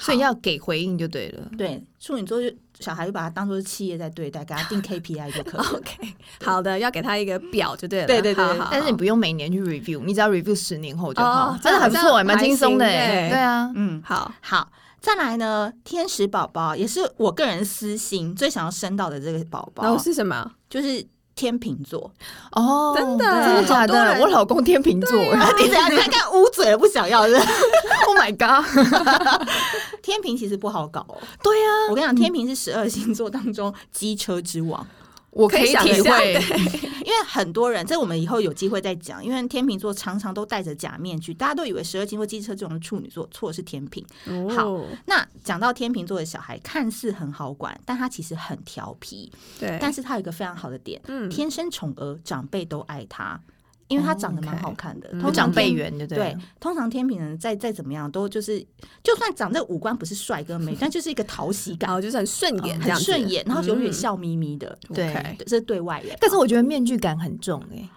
[SPEAKER 1] 所以要给回应就对了。
[SPEAKER 3] 对，处女座就小孩就把它当做是企业在对待，给他 定 KPI 就可以了。
[SPEAKER 2] OK，好的，要给他一个表就对了。
[SPEAKER 3] 对对对
[SPEAKER 2] 好好好
[SPEAKER 1] 但是你不用每年去 review，你只要 review 十年后就
[SPEAKER 2] 哦
[SPEAKER 1] 好，
[SPEAKER 2] 这
[SPEAKER 1] 真的
[SPEAKER 2] 好
[SPEAKER 1] 还
[SPEAKER 2] 像
[SPEAKER 1] 不错，还蛮轻松的
[SPEAKER 2] 还行
[SPEAKER 1] 欸。
[SPEAKER 2] 耶
[SPEAKER 1] 对啊，
[SPEAKER 3] 嗯，
[SPEAKER 2] 好
[SPEAKER 3] 好，再来呢，天使宝宝也是我个人私心最想要生到的这个宝
[SPEAKER 2] 然
[SPEAKER 3] 宝
[SPEAKER 2] 后，是什么？
[SPEAKER 3] 就是天秤座。
[SPEAKER 1] 哦，
[SPEAKER 2] 真的
[SPEAKER 1] 真的假
[SPEAKER 2] 好多人啊
[SPEAKER 1] 的？我老公天秤座欸
[SPEAKER 3] 你怎样？你在看捂嘴了不想要是不是？
[SPEAKER 1] ，Oh my god！
[SPEAKER 3] 天秤其实不好搞哦。
[SPEAKER 1] 对啊，
[SPEAKER 3] 我跟你讲，天秤是十二星座当中机车之王，
[SPEAKER 1] 我可
[SPEAKER 2] 可以
[SPEAKER 1] 以
[SPEAKER 2] 想
[SPEAKER 1] 体
[SPEAKER 2] 象
[SPEAKER 1] 会，
[SPEAKER 3] 因为很多人，这我们以后有机会再讲。因为天秤座常常都戴着假面具，大家都以为十二星座机车这种处女座，错是天秤。
[SPEAKER 2] 好，
[SPEAKER 3] 那讲到天秤座的小孩，看似很好管，但他其实很调皮。
[SPEAKER 2] 对，
[SPEAKER 3] 但是他有一个非常好的点，
[SPEAKER 2] 嗯
[SPEAKER 3] 天生宠儿，长辈都爱他，因为他长得蛮好看的。
[SPEAKER 2] OK
[SPEAKER 3] 通
[SPEAKER 1] 有
[SPEAKER 3] 常
[SPEAKER 1] 长辈
[SPEAKER 3] 天。
[SPEAKER 1] 缘，对不
[SPEAKER 2] 啊
[SPEAKER 3] 对？，通常天秤人再再怎么样，都就是就算长得五官不是帅哥美，但就是一个讨喜
[SPEAKER 2] 然
[SPEAKER 3] 感，
[SPEAKER 2] 后就是很顺眼，这
[SPEAKER 3] 很
[SPEAKER 2] 样子
[SPEAKER 3] 顺眼，然后永远
[SPEAKER 2] 嗯
[SPEAKER 3] 笑眯眯的。
[SPEAKER 1] 对
[SPEAKER 2] OK
[SPEAKER 3] 对这是对外人啊。
[SPEAKER 1] 但是我觉得面具感很重哎，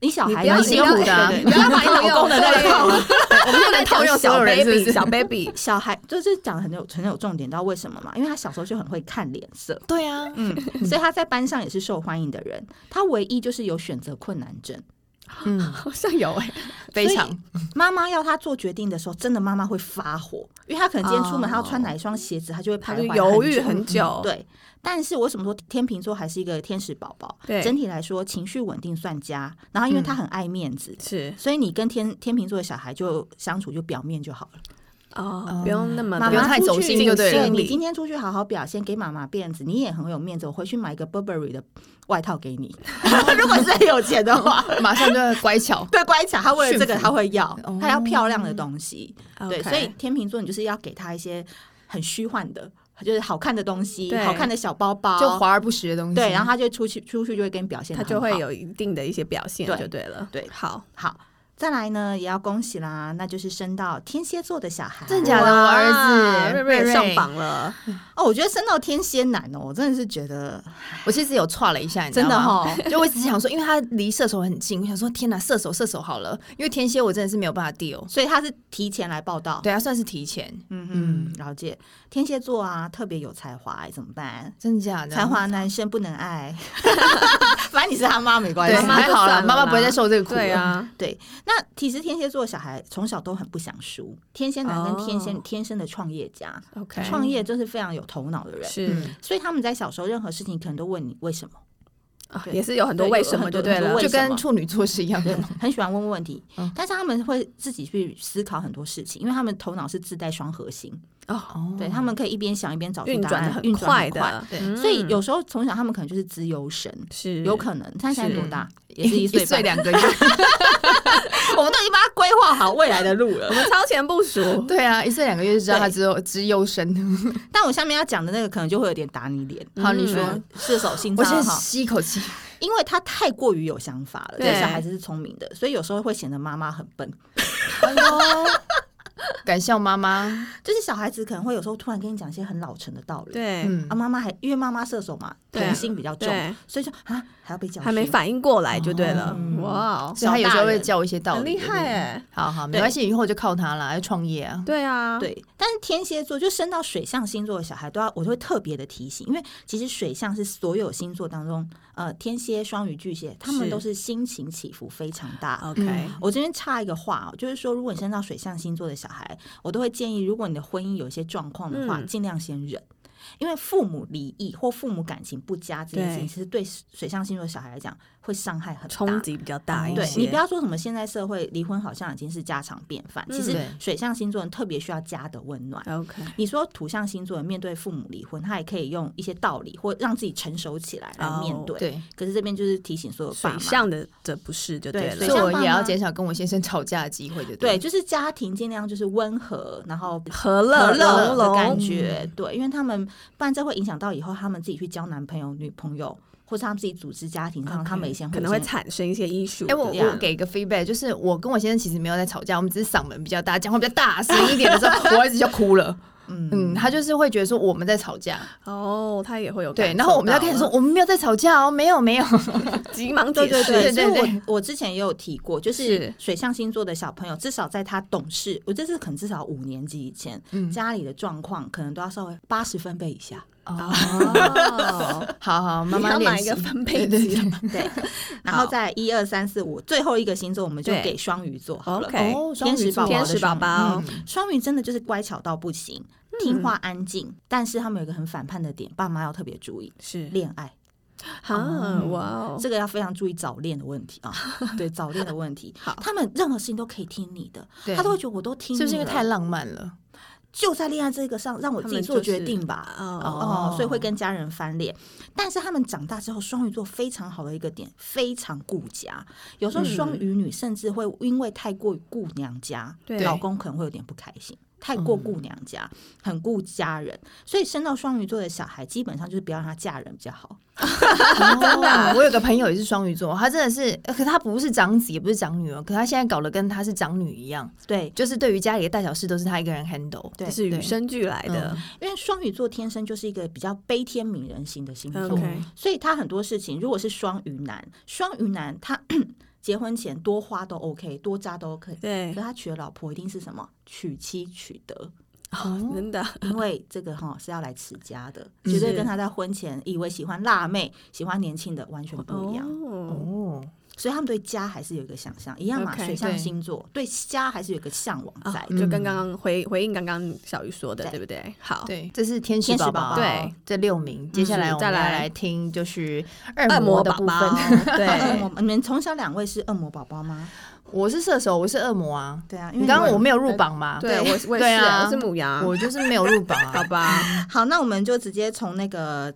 [SPEAKER 3] 你小
[SPEAKER 2] 你
[SPEAKER 3] 孩
[SPEAKER 2] 不要
[SPEAKER 3] 你
[SPEAKER 1] 蛮辛苦的 啊
[SPEAKER 3] 对
[SPEAKER 2] 你
[SPEAKER 3] 对
[SPEAKER 2] 不要
[SPEAKER 3] 对
[SPEAKER 2] 把你老公的那个套路，我们不能套用所有人，是不是？
[SPEAKER 1] 小
[SPEAKER 2] 小 baby，
[SPEAKER 3] 小孩就是讲得很有很有重点，知道为什么吗？因为他小时候就很会看脸色，
[SPEAKER 1] 对啊，
[SPEAKER 3] 嗯， 所以他在班上也是受欢迎的人。他唯一就是有选择困难症，
[SPEAKER 1] 嗯，
[SPEAKER 2] 好像有哎、
[SPEAKER 1] 非常
[SPEAKER 3] 妈妈要他做决定的时候，真的妈妈会发火，因为他可能今天出门
[SPEAKER 1] 哦
[SPEAKER 3] 他要穿哪一双鞋子，他就会
[SPEAKER 2] 他
[SPEAKER 3] 徘
[SPEAKER 2] 就
[SPEAKER 3] 徊
[SPEAKER 2] 犹豫
[SPEAKER 3] 久
[SPEAKER 2] 很久，
[SPEAKER 3] 对，但是我为什么说天秤座还是一个天使宝宝？
[SPEAKER 2] 对
[SPEAKER 3] 整体来说情绪稳定算佳，然后因为
[SPEAKER 1] 嗯
[SPEAKER 3] 他很爱面子，
[SPEAKER 2] 是
[SPEAKER 3] 所以你跟天天秤座的小孩就相处就表面就好了。
[SPEAKER 2] 哦
[SPEAKER 1] 嗯，
[SPEAKER 2] 不用那么
[SPEAKER 3] 妈
[SPEAKER 1] 不用
[SPEAKER 3] 妈
[SPEAKER 1] 太
[SPEAKER 3] 出
[SPEAKER 1] 走
[SPEAKER 3] 去
[SPEAKER 1] 心就对了嗯
[SPEAKER 2] 心
[SPEAKER 3] 你
[SPEAKER 2] 里
[SPEAKER 3] 今天出去好好表现，给妈妈面子，你也很有面子。我回去买一个 Burberry 的外套 给你，如果是很有钱的话。，
[SPEAKER 1] 马上就要 乖巧
[SPEAKER 3] 对，乖巧，他为了这
[SPEAKER 1] 哦
[SPEAKER 3] 个
[SPEAKER 1] 驯服
[SPEAKER 3] 他会要
[SPEAKER 1] 哦，
[SPEAKER 3] 他要漂亮的东西。对，
[SPEAKER 2] OK
[SPEAKER 3] 所以天秤座你就是要给他一些很虚幻的，就是好看的东西，
[SPEAKER 2] 对
[SPEAKER 3] 好看的小包包，
[SPEAKER 1] 就华而不实的东西。
[SPEAKER 3] 对，然后他就出去，出去就会跟你表现
[SPEAKER 2] 他
[SPEAKER 3] 得很好，
[SPEAKER 2] 就会有一定的一些表现，
[SPEAKER 3] 对
[SPEAKER 2] 就对了。
[SPEAKER 3] 对
[SPEAKER 2] 好，
[SPEAKER 3] 好。再来呢，也要恭喜啦，那就是生到天蝎座的小孩。
[SPEAKER 1] 真假的，我
[SPEAKER 2] 哇
[SPEAKER 1] 儿子
[SPEAKER 2] 瑞瑞也上，
[SPEAKER 1] 瑞
[SPEAKER 2] 榜了，
[SPEAKER 3] 哦，我觉得生到天蝎男哦，我真的是觉得
[SPEAKER 1] 我其实有歘了一下，你知
[SPEAKER 3] 真
[SPEAKER 1] 道
[SPEAKER 3] 的
[SPEAKER 1] 吗？
[SPEAKER 3] 哈、
[SPEAKER 1] 就我只是想说，因为他离射手很近，我想说天哪，射手射手好了，因为天蝎我真的是没有办法 deal。
[SPEAKER 3] 所以他是提前来报道。
[SPEAKER 1] 对，他算是提前，
[SPEAKER 3] 嗯嗯，了解。天蝎座啊，特别有才华、哎怎么办？
[SPEAKER 1] 真的假的？
[SPEAKER 3] 才华男生不能爱， 反正你是他妈没关
[SPEAKER 1] 对，
[SPEAKER 3] 系。
[SPEAKER 2] 妈妈
[SPEAKER 1] 还
[SPEAKER 2] 就
[SPEAKER 1] 好啦，
[SPEAKER 2] 算了
[SPEAKER 1] 妈妈不会
[SPEAKER 2] 啦
[SPEAKER 1] 再受这个苦。
[SPEAKER 2] 对，啊，
[SPEAKER 3] 对，那其实天蝎座的小孩从小都很不想输，天蝎男跟天蝎、
[SPEAKER 2] 哦
[SPEAKER 3] 天生的创业家，
[SPEAKER 2] ，OK，
[SPEAKER 3] 创业就是非常有头脑的人，
[SPEAKER 2] 是
[SPEAKER 3] 所以他们在小时候任何事情可能都问你为什么，
[SPEAKER 2] 啊
[SPEAKER 3] 对
[SPEAKER 2] 也是有很多
[SPEAKER 3] 对
[SPEAKER 2] 为
[SPEAKER 3] 有
[SPEAKER 2] 什么
[SPEAKER 3] 很
[SPEAKER 2] 就
[SPEAKER 3] 多
[SPEAKER 2] 对
[SPEAKER 3] 很多
[SPEAKER 2] 了，
[SPEAKER 3] 为
[SPEAKER 1] 就
[SPEAKER 3] 什
[SPEAKER 1] 跟
[SPEAKER 3] 么
[SPEAKER 1] 处女座是一样的。
[SPEAKER 3] 很喜欢问问题，
[SPEAKER 1] 嗯
[SPEAKER 3] 但是他们会自己去思考很多事情，因为他们头脑是自带双核心，
[SPEAKER 2] 哦，
[SPEAKER 1] 哦
[SPEAKER 3] 对他们可以一边想一边找出
[SPEAKER 2] 运
[SPEAKER 3] 答
[SPEAKER 2] 转的
[SPEAKER 3] 案，
[SPEAKER 2] 很
[SPEAKER 3] 运转
[SPEAKER 2] 快
[SPEAKER 3] 很快。
[SPEAKER 2] 的，
[SPEAKER 1] 对
[SPEAKER 2] 嗯
[SPEAKER 3] 所以有时候从小他们可能就是自由神，
[SPEAKER 2] 是
[SPEAKER 3] 有可能。他现在
[SPEAKER 2] 是
[SPEAKER 3] 多大？ 也
[SPEAKER 1] 也
[SPEAKER 3] 是
[SPEAKER 1] 是
[SPEAKER 3] 一
[SPEAKER 1] 一
[SPEAKER 3] 岁
[SPEAKER 1] 岁
[SPEAKER 3] 半。
[SPEAKER 1] 两 个月。
[SPEAKER 3] 我们都已经帮他规划好未来的路了
[SPEAKER 2] 我。们超前部署，
[SPEAKER 1] 对啊，一岁两个月就知道他
[SPEAKER 3] 对嗯
[SPEAKER 1] 只有只优生。
[SPEAKER 3] 但我下面要讲的那个可能就会有点打你脸。
[SPEAKER 1] 好，你说
[SPEAKER 3] 嗯，，射手心
[SPEAKER 1] 我先
[SPEAKER 3] 脏哈，
[SPEAKER 1] 吸一口 气。
[SPEAKER 3] 因为他太过于有想法了，
[SPEAKER 2] 对
[SPEAKER 3] 对小孩子是聪明的，所以有时候会显得妈妈很笨。
[SPEAKER 1] 哎呦，敢笑妈妈？
[SPEAKER 3] 就是小孩子可能会有时候突然跟你讲一些很老成的道理，
[SPEAKER 2] 对，
[SPEAKER 1] 嗯
[SPEAKER 3] 啊，，妈妈还因为妈妈射手嘛，
[SPEAKER 2] 对啊
[SPEAKER 3] 童心比较重，
[SPEAKER 2] 对，
[SPEAKER 3] 所以说啊还要被教训，
[SPEAKER 2] 还没反应过来就对了
[SPEAKER 3] 哦嗯，
[SPEAKER 2] 哇哦，
[SPEAKER 1] 所以他有时候
[SPEAKER 3] 小大
[SPEAKER 1] 会
[SPEAKER 3] 人
[SPEAKER 1] 教我一些道
[SPEAKER 2] 很
[SPEAKER 1] 理。
[SPEAKER 2] 厉害哎，
[SPEAKER 1] 好好，没
[SPEAKER 3] 对
[SPEAKER 1] 关系，以后我就靠他啦，要创业啊。
[SPEAKER 2] 对啊，，
[SPEAKER 3] 对，但是天蝎座就升到水象星座的小孩，都要我就会特别的提醒，因为其实水象是所有星座当中，呃，天蝎、双鱼、巨蟹，他们
[SPEAKER 2] 是
[SPEAKER 3] 都是心情起伏非常大。
[SPEAKER 2] OK，
[SPEAKER 3] 我这边插一个话哦，就是说，如果你升到水象星座的小孩，我都会建议，如果你的婚姻有一些状况的话，
[SPEAKER 2] 嗯
[SPEAKER 3] 尽量先忍，因为父母离异或父母感情不佳这件事情，
[SPEAKER 2] 对
[SPEAKER 3] 其实对水象星座的小孩来讲会伤害很大，
[SPEAKER 2] 冲击比较大一些，
[SPEAKER 3] 对你不要说什么现在社会离婚好像已经是家常便饭，
[SPEAKER 2] 嗯
[SPEAKER 3] 其实
[SPEAKER 1] 对
[SPEAKER 3] 水象星座人特别需要家的温暖。
[SPEAKER 2] OK，
[SPEAKER 3] 你说土象星座人面对父母离婚，他也可以用一些道理或让自己成熟起来来面
[SPEAKER 2] 哦
[SPEAKER 3] 对。
[SPEAKER 1] 对，
[SPEAKER 3] 可是这边就是提醒所有爸
[SPEAKER 2] 水
[SPEAKER 3] 妈，
[SPEAKER 2] 象的这不是就
[SPEAKER 3] 对
[SPEAKER 2] 对
[SPEAKER 3] 水
[SPEAKER 2] 了，
[SPEAKER 1] 所以
[SPEAKER 3] 象
[SPEAKER 1] 我
[SPEAKER 3] 爸妈
[SPEAKER 1] 也要减少跟我先生吵架的机会，对不
[SPEAKER 3] 对，？就是家庭尽量就是温和，然后
[SPEAKER 2] 和
[SPEAKER 3] 和
[SPEAKER 2] 乐
[SPEAKER 3] 乐
[SPEAKER 2] 融
[SPEAKER 3] 的感
[SPEAKER 2] 融，
[SPEAKER 3] 觉。对，因为他们不然这会影响到以后他们自己去交男朋友、女朋友，或是他们自己组织家庭上，他们以前
[SPEAKER 2] 可能会产生一些 issue
[SPEAKER 1] 哎、我
[SPEAKER 2] 的这
[SPEAKER 1] 我
[SPEAKER 2] 样。
[SPEAKER 1] 给一个 feedback，就是我跟我先生其实没有在吵架，我们只是嗓门比较大，讲话比较大声一点的 时候，我儿子就哭了。嗯，
[SPEAKER 3] 嗯
[SPEAKER 1] 他就是会觉得说我们在吵架，
[SPEAKER 2] 哦，他也会有
[SPEAKER 1] 对，然后我们
[SPEAKER 2] 要
[SPEAKER 1] 要跟他说，我们没有在吵架哦，没 有没有，
[SPEAKER 2] 急忙
[SPEAKER 3] 对
[SPEAKER 2] 解
[SPEAKER 3] 对
[SPEAKER 2] 释，
[SPEAKER 3] 对，
[SPEAKER 1] 对
[SPEAKER 3] 所以
[SPEAKER 1] 对对
[SPEAKER 3] 我我之前也有提过，就是
[SPEAKER 2] 是
[SPEAKER 3] 水象星座的小朋友，至少在他懂事，我这是可能至少五年级以前，
[SPEAKER 1] 嗯，
[SPEAKER 3] 家里的状况可能都要稍微八十分贝以下。
[SPEAKER 1] 哦，
[SPEAKER 2] 哦，
[SPEAKER 1] 好好，妈
[SPEAKER 2] 你
[SPEAKER 1] 妈
[SPEAKER 2] 要
[SPEAKER 1] 练
[SPEAKER 2] 买一
[SPEAKER 1] 习
[SPEAKER 2] 个，分配
[SPEAKER 1] 对
[SPEAKER 2] 机
[SPEAKER 1] 对
[SPEAKER 3] 对，然后在一二三四五最后一个星座，我们就给双鱼座好了。
[SPEAKER 2] OK，
[SPEAKER 1] 哦，双
[SPEAKER 3] 天
[SPEAKER 1] 鱼
[SPEAKER 3] 使
[SPEAKER 1] 座
[SPEAKER 3] 宝宝
[SPEAKER 2] 天
[SPEAKER 3] 的
[SPEAKER 2] 使宝
[SPEAKER 3] 双鱼
[SPEAKER 2] 宝，
[SPEAKER 1] 嗯
[SPEAKER 3] 双鱼真的就是乖巧到不行，听话安静，但是他们有一个很反叛的点，爸妈要特别注意
[SPEAKER 2] 是
[SPEAKER 3] 恋爱。
[SPEAKER 2] 啊，哇哦，
[SPEAKER 3] 这个要非常注意早恋的问题 啊，对早恋的问题
[SPEAKER 2] 好，
[SPEAKER 3] 他们任何事情都可以听你的，
[SPEAKER 1] 对，
[SPEAKER 3] 他都会觉得我都听你
[SPEAKER 1] 是不是因为
[SPEAKER 3] 了
[SPEAKER 2] 啊
[SPEAKER 1] 太浪漫了？
[SPEAKER 3] 就在恋爱这个上让我自己做决定吧。
[SPEAKER 2] 哦，
[SPEAKER 3] 哦，所以会跟家人翻脸，但是他们长大之后，双鱼座非常好的一个点，非常顾家。有时候双鱼女甚至会因为太过于顾娘家，
[SPEAKER 2] 对
[SPEAKER 3] 老公可能会有点不开心，太过顾娘
[SPEAKER 1] 嗯
[SPEAKER 3] 家，很顾家人，所以生到双鱼座的小孩，基本上就是不要让他嫁人比较好。
[SPEAKER 2] 啊
[SPEAKER 1] 真的、我有个朋友也是双鱼座，他真的是，呃可他不是长子，也不是长女哦，可他现在搞得跟他是长女一样，
[SPEAKER 3] 对，
[SPEAKER 1] 就是对于家里的大小事都是他一个人 handle。
[SPEAKER 3] 对嗯
[SPEAKER 2] 是与生俱来的
[SPEAKER 3] 因为双鱼座天生就是一个比较悲天悯人型的星座。
[SPEAKER 2] ，OK，
[SPEAKER 3] 所以他很多事情，如果是双鱼男，双鱼男他 结婚前多花都 OK，多渣都 OK。
[SPEAKER 2] 对
[SPEAKER 3] 可，他娶的老婆一定是什么娶妻娶德，
[SPEAKER 2] 哦 真的，
[SPEAKER 3] 因为这个哈是要来持家的，绝对跟他在婚前以为喜欢辣妹、喜欢年轻的完全不一样。
[SPEAKER 2] 哦，
[SPEAKER 1] 哦，
[SPEAKER 3] 所以他们对家还是有一个想象，一样嘛
[SPEAKER 2] OK，
[SPEAKER 3] 水象
[SPEAKER 1] 对
[SPEAKER 3] 星座对家还是有一个向往在
[SPEAKER 2] 啊
[SPEAKER 3] 的。
[SPEAKER 2] 就跟刚刚回回应刚刚小鱼说的，
[SPEAKER 3] 哦嗯对
[SPEAKER 2] 对不对？好，
[SPEAKER 1] 对，哦这是天使
[SPEAKER 3] 天使
[SPEAKER 1] 宝
[SPEAKER 3] 宝宝
[SPEAKER 2] 对，
[SPEAKER 1] 这六名，接下来
[SPEAKER 2] 是
[SPEAKER 1] 我们
[SPEAKER 2] 再
[SPEAKER 1] 要
[SPEAKER 2] 来
[SPEAKER 1] 来听就是
[SPEAKER 2] 恶魔
[SPEAKER 1] 恶魔的
[SPEAKER 2] 宝
[SPEAKER 1] 部
[SPEAKER 2] 宝
[SPEAKER 1] 分。，
[SPEAKER 3] 恶
[SPEAKER 2] 对，
[SPEAKER 3] 魔，你们从小两位是恶魔宝宝吗？
[SPEAKER 1] 我是射手，我是恶魔啊。
[SPEAKER 3] 对啊，因为
[SPEAKER 1] 你刚刚我
[SPEAKER 3] 们
[SPEAKER 1] 没有入榜嘛？
[SPEAKER 2] 嗯对，我是我也
[SPEAKER 1] 对
[SPEAKER 2] 是，
[SPEAKER 1] 啊
[SPEAKER 2] 我是母羊，
[SPEAKER 1] 我就是没有入榜 啊
[SPEAKER 2] 好。 吧，
[SPEAKER 3] 好，那我们就直接从那个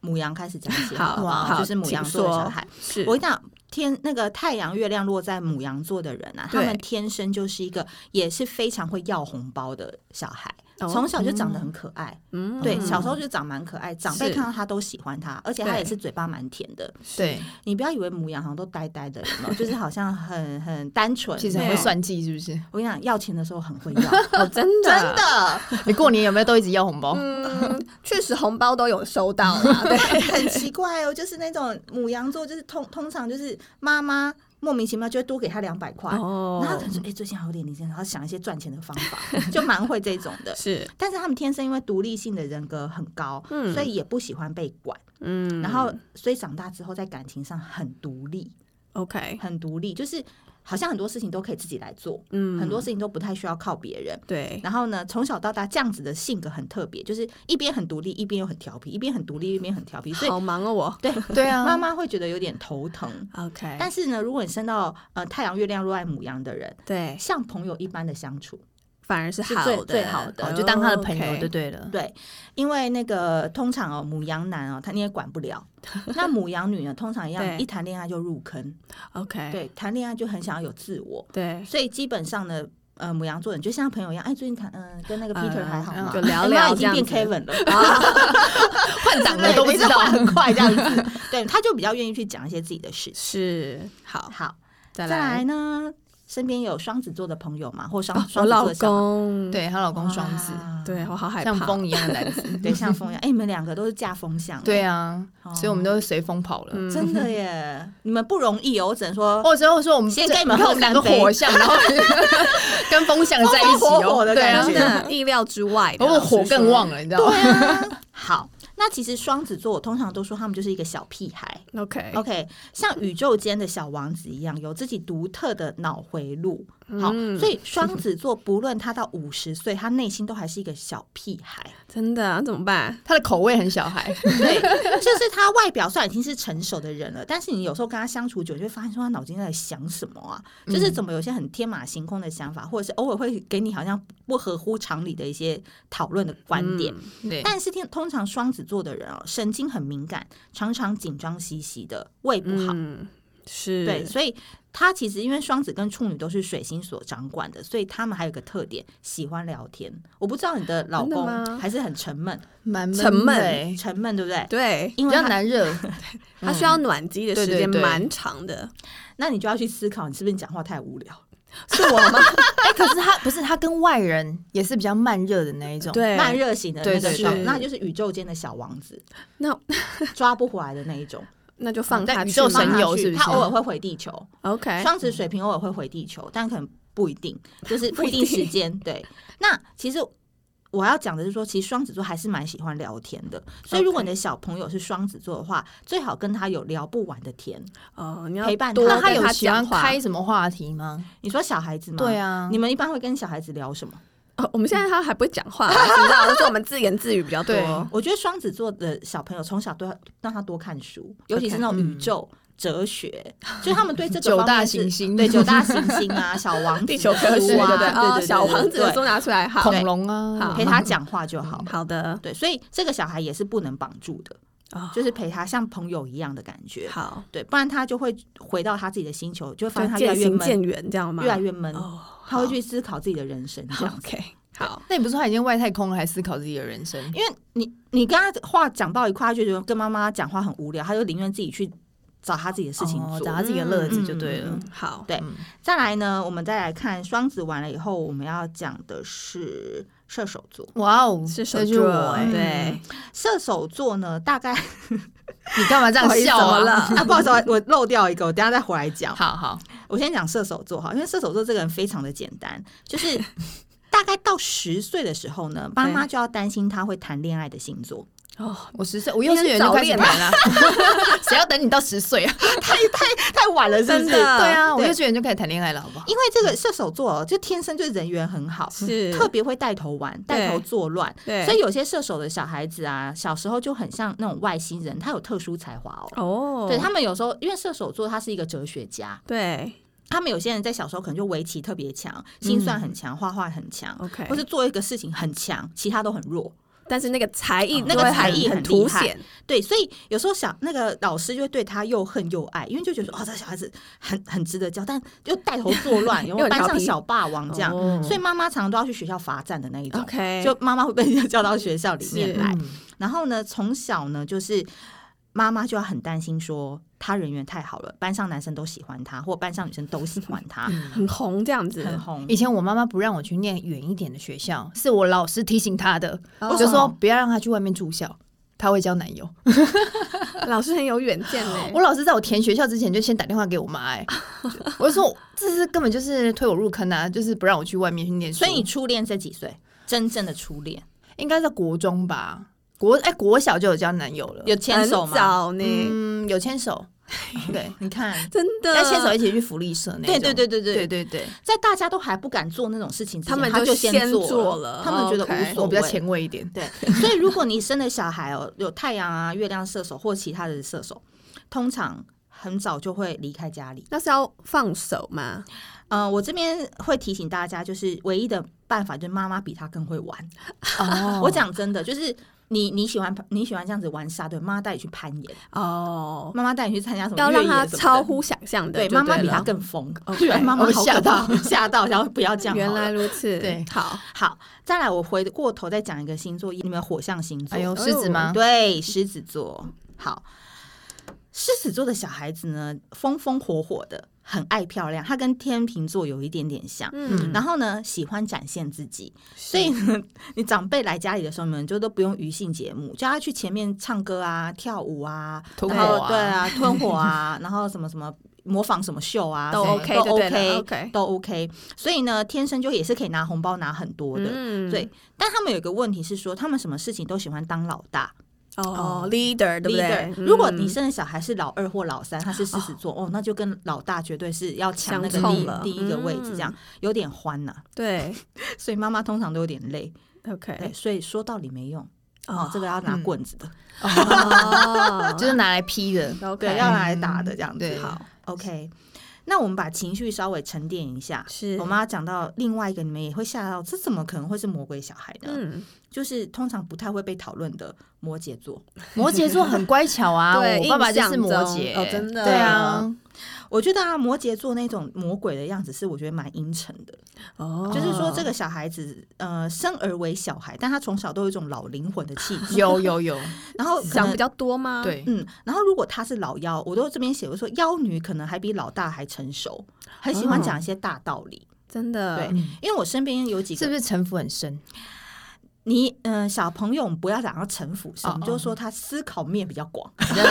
[SPEAKER 3] 母羊开始讲起，
[SPEAKER 2] 好
[SPEAKER 3] 不
[SPEAKER 2] 好
[SPEAKER 3] 就是母羊座的
[SPEAKER 2] 请说
[SPEAKER 3] 小孩。
[SPEAKER 2] 是
[SPEAKER 3] 我跟你讲，天那个太阳、月亮落在母羊座的人啊，他
[SPEAKER 2] 对
[SPEAKER 3] 们天生就是一个也是非常会要红包的小孩，
[SPEAKER 2] 哦
[SPEAKER 3] 从小就长得很可爱。
[SPEAKER 2] 嗯
[SPEAKER 3] 对，小时候就长蛮可爱，长辈
[SPEAKER 2] 是
[SPEAKER 3] 看到他都喜欢他，而且他
[SPEAKER 2] 对
[SPEAKER 3] 也是嘴巴蛮甜的。
[SPEAKER 1] 对，
[SPEAKER 3] 你不要以为母羊好像都呆呆的，有没有就是好像很很单纯。
[SPEAKER 1] 其实很
[SPEAKER 2] 没
[SPEAKER 1] 会
[SPEAKER 2] 有
[SPEAKER 1] 算计，是不是？
[SPEAKER 3] 我跟你讲，要钱的时候很会 要，
[SPEAKER 2] 哦，真的
[SPEAKER 3] 真 的
[SPEAKER 1] 你过年有没有都一直要红包？
[SPEAKER 2] 嗯，确实红包都有收到啦， 对，
[SPEAKER 3] 很奇怪哦。就是那种母羊座，就是通通常就是妈妈莫名其妙就会多给他两百块，
[SPEAKER 2] 哦
[SPEAKER 3] 然后他可能说：“哎、最近还有点零钱，然后想一些赚钱的方法，就蛮会这种 的。
[SPEAKER 2] 是，
[SPEAKER 3] 但是他们天生因为独立性的人格很高，
[SPEAKER 2] 嗯
[SPEAKER 3] 所以也不喜欢被管。
[SPEAKER 2] 嗯
[SPEAKER 3] 然后，所以长大之后在感情上很独立，
[SPEAKER 2] OK，
[SPEAKER 3] 很独立，就是好像很多事情都可以自己来做，
[SPEAKER 2] 嗯，哎
[SPEAKER 3] 很多事情都不太需要靠别人。
[SPEAKER 2] 对，
[SPEAKER 3] 然后呢，从小到大这样子的性格很特别，就是一边很独立，一边又很调皮，一边很独立，一边很调皮，所以
[SPEAKER 2] 好忙哦，我
[SPEAKER 3] 对
[SPEAKER 1] 对啊，
[SPEAKER 3] 妈妈会觉得有点头疼。
[SPEAKER 2] OK，
[SPEAKER 3] 但是呢，如果你生到呃太阳、月亮落在母羊的人，
[SPEAKER 2] 对，
[SPEAKER 3] 像朋友一般的相处，
[SPEAKER 2] 反而是
[SPEAKER 3] 是
[SPEAKER 2] 好
[SPEAKER 3] 最
[SPEAKER 2] 的，
[SPEAKER 3] 最好的
[SPEAKER 1] 哦就当他的朋友
[SPEAKER 2] OK
[SPEAKER 1] 就对了。
[SPEAKER 3] 对，因为那个通常哦，母羊男哦，他你也管 不了。那母羊女呢，通常一
[SPEAKER 2] 对
[SPEAKER 3] 样，一谈恋爱就入坑，
[SPEAKER 2] OK，
[SPEAKER 3] 对，谈恋爱就很想要有自我，
[SPEAKER 2] 对，
[SPEAKER 3] 所以基本上呢，呃，母羊座人就像朋友一样，哎，最近谈，嗯、跟那个 Peter 还好吗？
[SPEAKER 2] 呃嗯就聊
[SPEAKER 3] 哎妈
[SPEAKER 2] 聊
[SPEAKER 3] 已经
[SPEAKER 2] 这样
[SPEAKER 3] 变
[SPEAKER 2] 子
[SPEAKER 3] Kevin 了，
[SPEAKER 2] 啊
[SPEAKER 1] 换档 了
[SPEAKER 3] 对
[SPEAKER 1] 都不知
[SPEAKER 3] 每次
[SPEAKER 1] 道
[SPEAKER 3] 换。很快这样
[SPEAKER 2] 嗯
[SPEAKER 3] 子。对，他就比较愿意去讲一些自己的事 情。
[SPEAKER 2] 是好，
[SPEAKER 3] 好，
[SPEAKER 2] 再
[SPEAKER 3] 再来
[SPEAKER 2] 来，
[SPEAKER 3] 呢，身边有双子座的朋友嘛，或双、
[SPEAKER 2] 哦我
[SPEAKER 3] 双子座
[SPEAKER 2] 老
[SPEAKER 3] 的小
[SPEAKER 2] 公，
[SPEAKER 1] 对，她老公
[SPEAKER 3] 哇
[SPEAKER 1] 双子，
[SPEAKER 2] 对，我好害怕，
[SPEAKER 1] 像风一样的男 子。
[SPEAKER 3] 对，像风一样。哎、你们两个都是嫁风向，
[SPEAKER 1] 对啊，所以我们
[SPEAKER 3] 哦
[SPEAKER 1] 都是随风跑了。
[SPEAKER 2] 嗯
[SPEAKER 3] 真的耶，你们不容易哦，我只能说
[SPEAKER 1] 或者说我们
[SPEAKER 3] 先
[SPEAKER 1] 这
[SPEAKER 3] 给你们
[SPEAKER 1] 看我
[SPEAKER 3] 喝
[SPEAKER 1] 两个
[SPEAKER 3] 三杯
[SPEAKER 1] 火 象，然后跟风象在一起
[SPEAKER 3] 风风火火
[SPEAKER 1] 哦，
[SPEAKER 3] 的
[SPEAKER 1] 对啊
[SPEAKER 3] 感
[SPEAKER 2] 真
[SPEAKER 3] 觉，
[SPEAKER 2] 的意料之外的，
[SPEAKER 1] 然后
[SPEAKER 2] 老实
[SPEAKER 1] 火更
[SPEAKER 2] 说
[SPEAKER 1] 旺了，你知道吗？
[SPEAKER 3] 好。那其实双子座，我通常都说他们就是一个小屁孩。
[SPEAKER 2] ，OK，
[SPEAKER 3] OK，像宇宙间的小王子一样，有自己独特的脑回路。好，
[SPEAKER 2] 嗯
[SPEAKER 3] 所以双子座不论他到五十岁，他内心都还是一个小屁孩。
[SPEAKER 2] 真的啊那怎么办？
[SPEAKER 1] 他的口味很小孩，
[SPEAKER 3] 对，就是他外表虽然已经是成熟的人了，但是你有时候跟他相处久，你就会发现说他脑筋在想什么啊？
[SPEAKER 2] 嗯
[SPEAKER 3] 就是怎么有些很天马行空的想法，或者是偶尔会给你好像不合乎常理的一些讨论的观点。
[SPEAKER 2] 嗯
[SPEAKER 1] 对，
[SPEAKER 3] 但是天通常双子座的人哦，神经很敏感，常常紧张兮兮的，胃不好。
[SPEAKER 2] 嗯，是，
[SPEAKER 3] 对，所以他其实因为双子跟处女都是水星所掌管的，所以他们还有个特点，喜欢聊天。我不知道你的老
[SPEAKER 2] 真的吗
[SPEAKER 3] 公还是很沉闷，
[SPEAKER 1] 蛮
[SPEAKER 2] 沉闷
[SPEAKER 1] 的欸
[SPEAKER 3] 沉闷对不对？
[SPEAKER 2] 对，嗯
[SPEAKER 3] 因
[SPEAKER 1] 比
[SPEAKER 3] 为
[SPEAKER 1] 较
[SPEAKER 3] 他
[SPEAKER 1] 难热，
[SPEAKER 2] 他需要暖机的
[SPEAKER 1] 对
[SPEAKER 2] 时
[SPEAKER 1] 对
[SPEAKER 2] 间
[SPEAKER 1] 对
[SPEAKER 2] 蛮长的，
[SPEAKER 3] 那你就要去思考，你是不是讲话太无 聊，
[SPEAKER 2] 是我吗？
[SPEAKER 1] 哎，可是他不是他跟外人也是比较慢热的那一种，，
[SPEAKER 2] 对，
[SPEAKER 3] 慢热型的那
[SPEAKER 1] 对
[SPEAKER 3] 个
[SPEAKER 1] 对
[SPEAKER 3] 双，
[SPEAKER 2] 对
[SPEAKER 3] 那就是宇宙间的小王子，
[SPEAKER 2] 那
[SPEAKER 3] 抓不回来的那一种。
[SPEAKER 2] 那就放
[SPEAKER 1] 在
[SPEAKER 2] 他
[SPEAKER 1] 宇
[SPEAKER 2] 去
[SPEAKER 1] 宙
[SPEAKER 2] 嘛
[SPEAKER 1] 神
[SPEAKER 3] 放
[SPEAKER 1] 游
[SPEAKER 3] 他 去
[SPEAKER 1] 是不哎嗯是
[SPEAKER 3] 他偶尔会回地球，
[SPEAKER 2] OK，
[SPEAKER 3] 双子水瓶偶尔会回地球，但可能不一定， 就是
[SPEAKER 2] 不
[SPEAKER 3] 不
[SPEAKER 2] 一
[SPEAKER 3] 一
[SPEAKER 2] 定
[SPEAKER 3] 定时间。对，那其实我要讲的是说，其实双子座还是蛮喜欢聊天的，所以如果你的小朋友是双子座的话，最好跟他有聊不完的天。
[SPEAKER 2] 哦，你要
[SPEAKER 3] 陪伴
[SPEAKER 2] 多
[SPEAKER 1] 那
[SPEAKER 3] 他
[SPEAKER 2] 跟他
[SPEAKER 1] 他有喜欢
[SPEAKER 2] 讲话
[SPEAKER 1] 开什么话题吗？
[SPEAKER 3] 你说小孩子吗？
[SPEAKER 1] 对。啊，
[SPEAKER 3] 你们一般会跟小孩子聊什么？
[SPEAKER 2] 哦我们现在他还不会讲 话，啊你知道，就是我们自言自语比较多。
[SPEAKER 1] 对
[SPEAKER 3] 我觉得双子座的小朋友从小都要让他多看嗯书，尤其是那种宇宙哲 学，就是他们对这个
[SPEAKER 1] 九
[SPEAKER 3] 方面
[SPEAKER 1] 大
[SPEAKER 3] 是
[SPEAKER 1] 行星
[SPEAKER 3] 对九大行星啊、小王子、
[SPEAKER 2] 地球 科学
[SPEAKER 3] 书啊，
[SPEAKER 2] 对不
[SPEAKER 3] 对
[SPEAKER 2] 对？
[SPEAKER 3] 对
[SPEAKER 2] 哦，
[SPEAKER 3] 对
[SPEAKER 2] 小王子的
[SPEAKER 3] 对
[SPEAKER 2] 书拿出来，好，
[SPEAKER 1] 恐龙啊
[SPEAKER 2] 好，
[SPEAKER 3] 陪他讲话就好。
[SPEAKER 2] 好的，
[SPEAKER 3] 对，所以这个小孩也是不能绑住的，
[SPEAKER 2] 哦
[SPEAKER 3] 就是陪他像朋友一样的感觉。
[SPEAKER 2] 好，
[SPEAKER 3] 对，不然他就会回到他自己的星球，就会发现
[SPEAKER 2] 就
[SPEAKER 3] 他越来
[SPEAKER 2] 渐
[SPEAKER 3] 越
[SPEAKER 2] 行
[SPEAKER 3] 闷，
[SPEAKER 2] 渐远，这样吗？
[SPEAKER 3] 越来越闷，
[SPEAKER 2] 哦，
[SPEAKER 3] 他会去思考自己的人生这
[SPEAKER 2] 好
[SPEAKER 3] 样子。
[SPEAKER 2] OK，好，
[SPEAKER 1] 那你不是说他已经外太空了，还思考自己的人生？
[SPEAKER 3] 因为你你跟他话讲到一块，他就觉得跟妈妈讲话很无聊，他就宁愿自己去找他自己的事情
[SPEAKER 1] 哦
[SPEAKER 3] 做。
[SPEAKER 1] 找他自己的乐子就对了
[SPEAKER 3] 嗯。
[SPEAKER 2] 好，
[SPEAKER 3] 对
[SPEAKER 1] 嗯
[SPEAKER 3] 再来呢，我们再来看双子完了以后，我们要讲的是射手座。
[SPEAKER 1] 哇哦，
[SPEAKER 2] 是
[SPEAKER 1] 这
[SPEAKER 2] 手哎
[SPEAKER 1] 就是
[SPEAKER 2] 座
[SPEAKER 3] 嗯
[SPEAKER 1] 我，哎，
[SPEAKER 2] 对，
[SPEAKER 3] 射手座呢，大概
[SPEAKER 1] 你干嘛这样
[SPEAKER 3] 不好意思
[SPEAKER 1] 笑
[SPEAKER 3] 哦
[SPEAKER 1] 啊？
[SPEAKER 3] 啊，不好意思哦，我漏掉一个，我等一下再回来讲。
[SPEAKER 1] 好好，
[SPEAKER 3] 我先讲射手座哈，因为射手座这个人非常的简单，就是大概到十岁的时候呢，妈妈就要担心他会谈恋爱的星座，
[SPEAKER 2] 哦，
[SPEAKER 1] 我十岁，我幼稚园就开始谈了，啊 谁要等你到十岁啊？
[SPEAKER 3] 太太太晚了，是不
[SPEAKER 2] 真
[SPEAKER 3] 是？
[SPEAKER 2] 的，
[SPEAKER 1] 对啊，我
[SPEAKER 3] 对
[SPEAKER 1] 幼稚园就开始谈恋爱了，好不好？
[SPEAKER 3] 因为这个射手座哦就天生就人缘很好，
[SPEAKER 2] 嗯
[SPEAKER 3] 嗯
[SPEAKER 2] 是
[SPEAKER 3] 特别会带头玩、带头作乱，
[SPEAKER 2] 对
[SPEAKER 3] 所以有些射手的小孩子啊，小时候就很像那种外星人，他有特殊才华哦。
[SPEAKER 2] 哦，
[SPEAKER 3] 对他们有时候，因为射手座他是一个哲学家，
[SPEAKER 2] 对
[SPEAKER 3] 他们有些人在小时候可能就围棋特别强，心算很强，画画很强，
[SPEAKER 2] 嗯 OK，
[SPEAKER 3] 或是做一个事情很强，其他都很弱。
[SPEAKER 2] 但是那个才艺
[SPEAKER 3] 嗯
[SPEAKER 2] 就会很，
[SPEAKER 3] 那个才艺
[SPEAKER 2] 很
[SPEAKER 3] 很
[SPEAKER 2] 凸
[SPEAKER 3] 厉害
[SPEAKER 2] 显，
[SPEAKER 3] 对，所以有时候小那个老师就会对他又恨又爱，因为就觉得说哦，这小孩子很很值得教，但又带头作乱，然
[SPEAKER 2] 又
[SPEAKER 3] 后
[SPEAKER 2] 很
[SPEAKER 3] 班
[SPEAKER 2] 调
[SPEAKER 3] 上
[SPEAKER 2] 皮
[SPEAKER 3] 小霸王这样，
[SPEAKER 2] 哦
[SPEAKER 3] 所以妈妈常常都要去学校罚站的那一种。
[SPEAKER 2] OK，
[SPEAKER 3] 就妈妈会被叫到学校里面
[SPEAKER 2] 是
[SPEAKER 3] 来，
[SPEAKER 1] 嗯
[SPEAKER 3] 然后呢，从小呢，就是妈妈就要很担心说他人缘太好了，班上男生都喜欢他，或班上女生都喜欢他，
[SPEAKER 2] 很红这样子，
[SPEAKER 3] 很红。
[SPEAKER 1] 以前我妈妈不让我去念远一点的学校，是我老师提醒她的，
[SPEAKER 2] 哦
[SPEAKER 1] 我就说不要让她去外面住校，她会交男友。
[SPEAKER 2] 老师很有远见
[SPEAKER 3] 哦嗯
[SPEAKER 2] 嘞
[SPEAKER 1] 我。老师在我填学校之前就先打电话给我妈、 哎，我就说这是根本就是推我入坑啊，就是不让我去外面去念书。
[SPEAKER 3] 所以你初恋在几岁？真正的初恋
[SPEAKER 1] 应该在国中吧，国哎、国小就有交男友了，
[SPEAKER 3] 有牵手
[SPEAKER 2] 很
[SPEAKER 3] 吗？
[SPEAKER 2] 早呢，
[SPEAKER 1] 嗯有牵 手，对，
[SPEAKER 3] 你看，
[SPEAKER 2] 真的
[SPEAKER 1] 要牵手一起去福利社那种
[SPEAKER 3] 呃对对对对
[SPEAKER 1] 对
[SPEAKER 3] 对，
[SPEAKER 1] 对对，
[SPEAKER 3] 在大家都还不敢做那种事情之前，
[SPEAKER 2] 他们
[SPEAKER 3] 他
[SPEAKER 2] 就先
[SPEAKER 3] 先
[SPEAKER 2] 做了
[SPEAKER 3] 了，他们觉得
[SPEAKER 2] OK
[SPEAKER 3] 无所
[SPEAKER 1] 我
[SPEAKER 3] 谓。
[SPEAKER 1] 比较前卫一点，
[SPEAKER 3] 对， 所以如果你生的小孩哦，有太阳啊、月亮射手或其他的射手，通常很早就会离开家里。
[SPEAKER 2] 那是要放手吗？
[SPEAKER 3] 呃，我这边会提醒大家，就是唯一的办法就是妈妈比他更会玩。
[SPEAKER 1] 哦
[SPEAKER 3] 我讲真的，就是你你喜欢你喜欢这样子玩沙，对，妈妈带你去攀岩，
[SPEAKER 2] 哦，
[SPEAKER 3] 妈妈带你去参加什么
[SPEAKER 2] 要
[SPEAKER 3] 越
[SPEAKER 2] 让
[SPEAKER 3] 野
[SPEAKER 2] 他
[SPEAKER 3] 什么
[SPEAKER 2] 超
[SPEAKER 3] 的。
[SPEAKER 2] 乎想象的
[SPEAKER 3] 对，
[SPEAKER 2] 就
[SPEAKER 3] 妈妈比
[SPEAKER 2] 了
[SPEAKER 3] 他更疯，
[SPEAKER 2] OK
[SPEAKER 3] 对，妈妈
[SPEAKER 1] 我
[SPEAKER 3] 好
[SPEAKER 1] 吓
[SPEAKER 3] 可怕
[SPEAKER 1] 到
[SPEAKER 3] 吓到，然后不要这 样好
[SPEAKER 2] 原
[SPEAKER 3] 了。
[SPEAKER 2] 来如此，
[SPEAKER 1] 对
[SPEAKER 2] 好，
[SPEAKER 3] 好，再来，我回过头再讲一个星座，你们火象星座，
[SPEAKER 1] 哎呦狮子吗？
[SPEAKER 3] 对，狮子座。好，狮子座的小孩子呢，风风火火的，很爱漂亮。他跟天秤座有一点点像。
[SPEAKER 2] 嗯，
[SPEAKER 3] 然后呢，喜欢展现自己，所以呢，你长辈来家里的时候，你们就都不用余兴节目，叫他去前面唱歌啊、跳舞啊，
[SPEAKER 1] 吐
[SPEAKER 3] 然
[SPEAKER 1] 火
[SPEAKER 3] 后
[SPEAKER 1] 啊
[SPEAKER 3] 对啊，吞 火啊，然后什么什么模仿什么秀啊，
[SPEAKER 2] 都
[SPEAKER 3] 什么
[SPEAKER 2] OK
[SPEAKER 3] 都
[SPEAKER 2] 就对了
[SPEAKER 3] OK，
[SPEAKER 2] ，OK，
[SPEAKER 3] 都 OK。所以呢，天生就也是可以拿红包拿很多的。
[SPEAKER 2] 嗯
[SPEAKER 3] 对，但他们有一个问题是说，他们什么事情都喜欢当老大
[SPEAKER 2] 哦，leader 对不对
[SPEAKER 3] leader。？如果
[SPEAKER 2] 嗯
[SPEAKER 3] 你生的小孩是老二或老三，他是狮子座，哦，那就跟老大绝对是要抢那个
[SPEAKER 2] 相
[SPEAKER 3] 第
[SPEAKER 2] 冲
[SPEAKER 3] 一
[SPEAKER 2] 了
[SPEAKER 3] 第一个位置，这样有点欢呐、
[SPEAKER 2] 对
[SPEAKER 3] 嗯 所以妈妈通常都有点累，对，
[SPEAKER 2] ，OK，
[SPEAKER 3] 所以说道理没用。哦
[SPEAKER 2] 哦，
[SPEAKER 3] 这个要拿
[SPEAKER 1] 嗯
[SPEAKER 3] 棍子的，
[SPEAKER 2] 哦
[SPEAKER 1] 就是拿来批的，嗯
[SPEAKER 2] OK，
[SPEAKER 3] 对，要拿来打的这样
[SPEAKER 1] 对
[SPEAKER 3] 子。好，OK。那我们把情绪稍微沉淀一下。
[SPEAKER 2] 是
[SPEAKER 3] 我妈讲到另外一个，你们也会吓到，这怎么可能会是魔鬼小孩呢？
[SPEAKER 2] 嗯，
[SPEAKER 3] 就是通常不太会被讨论的摩羯座。
[SPEAKER 1] 摩羯座很乖巧啊，
[SPEAKER 2] 对
[SPEAKER 1] 我爸爸就
[SPEAKER 2] 印
[SPEAKER 1] 是
[SPEAKER 2] 象中
[SPEAKER 1] 摩羯，
[SPEAKER 2] 哦真的
[SPEAKER 1] 对啊，
[SPEAKER 3] 我觉得啊，摩羯座那种魔鬼的样子是我觉得蛮阴沉的，
[SPEAKER 2] 哦
[SPEAKER 3] 就是说这个小孩子呃生而为小孩，但他从小都有一种老灵魂的气质，
[SPEAKER 1] 有 有有，
[SPEAKER 3] 然后可
[SPEAKER 2] 想比
[SPEAKER 3] 能。
[SPEAKER 2] 较多吗？，
[SPEAKER 1] 对，
[SPEAKER 3] 嗯，然后如果他是老妖，我都这边写我说妖女可能还比老大还成熟，很喜欢
[SPEAKER 2] 哦
[SPEAKER 3] 讲一些大道理。
[SPEAKER 2] 真的，
[SPEAKER 3] 对，因为我身边有几个
[SPEAKER 1] 是不是城府很 深？
[SPEAKER 3] 你嗯、呃小朋友，我们不要讲到城府深，
[SPEAKER 1] 哦
[SPEAKER 3] 我们就说他思考面比较广，
[SPEAKER 1] 比较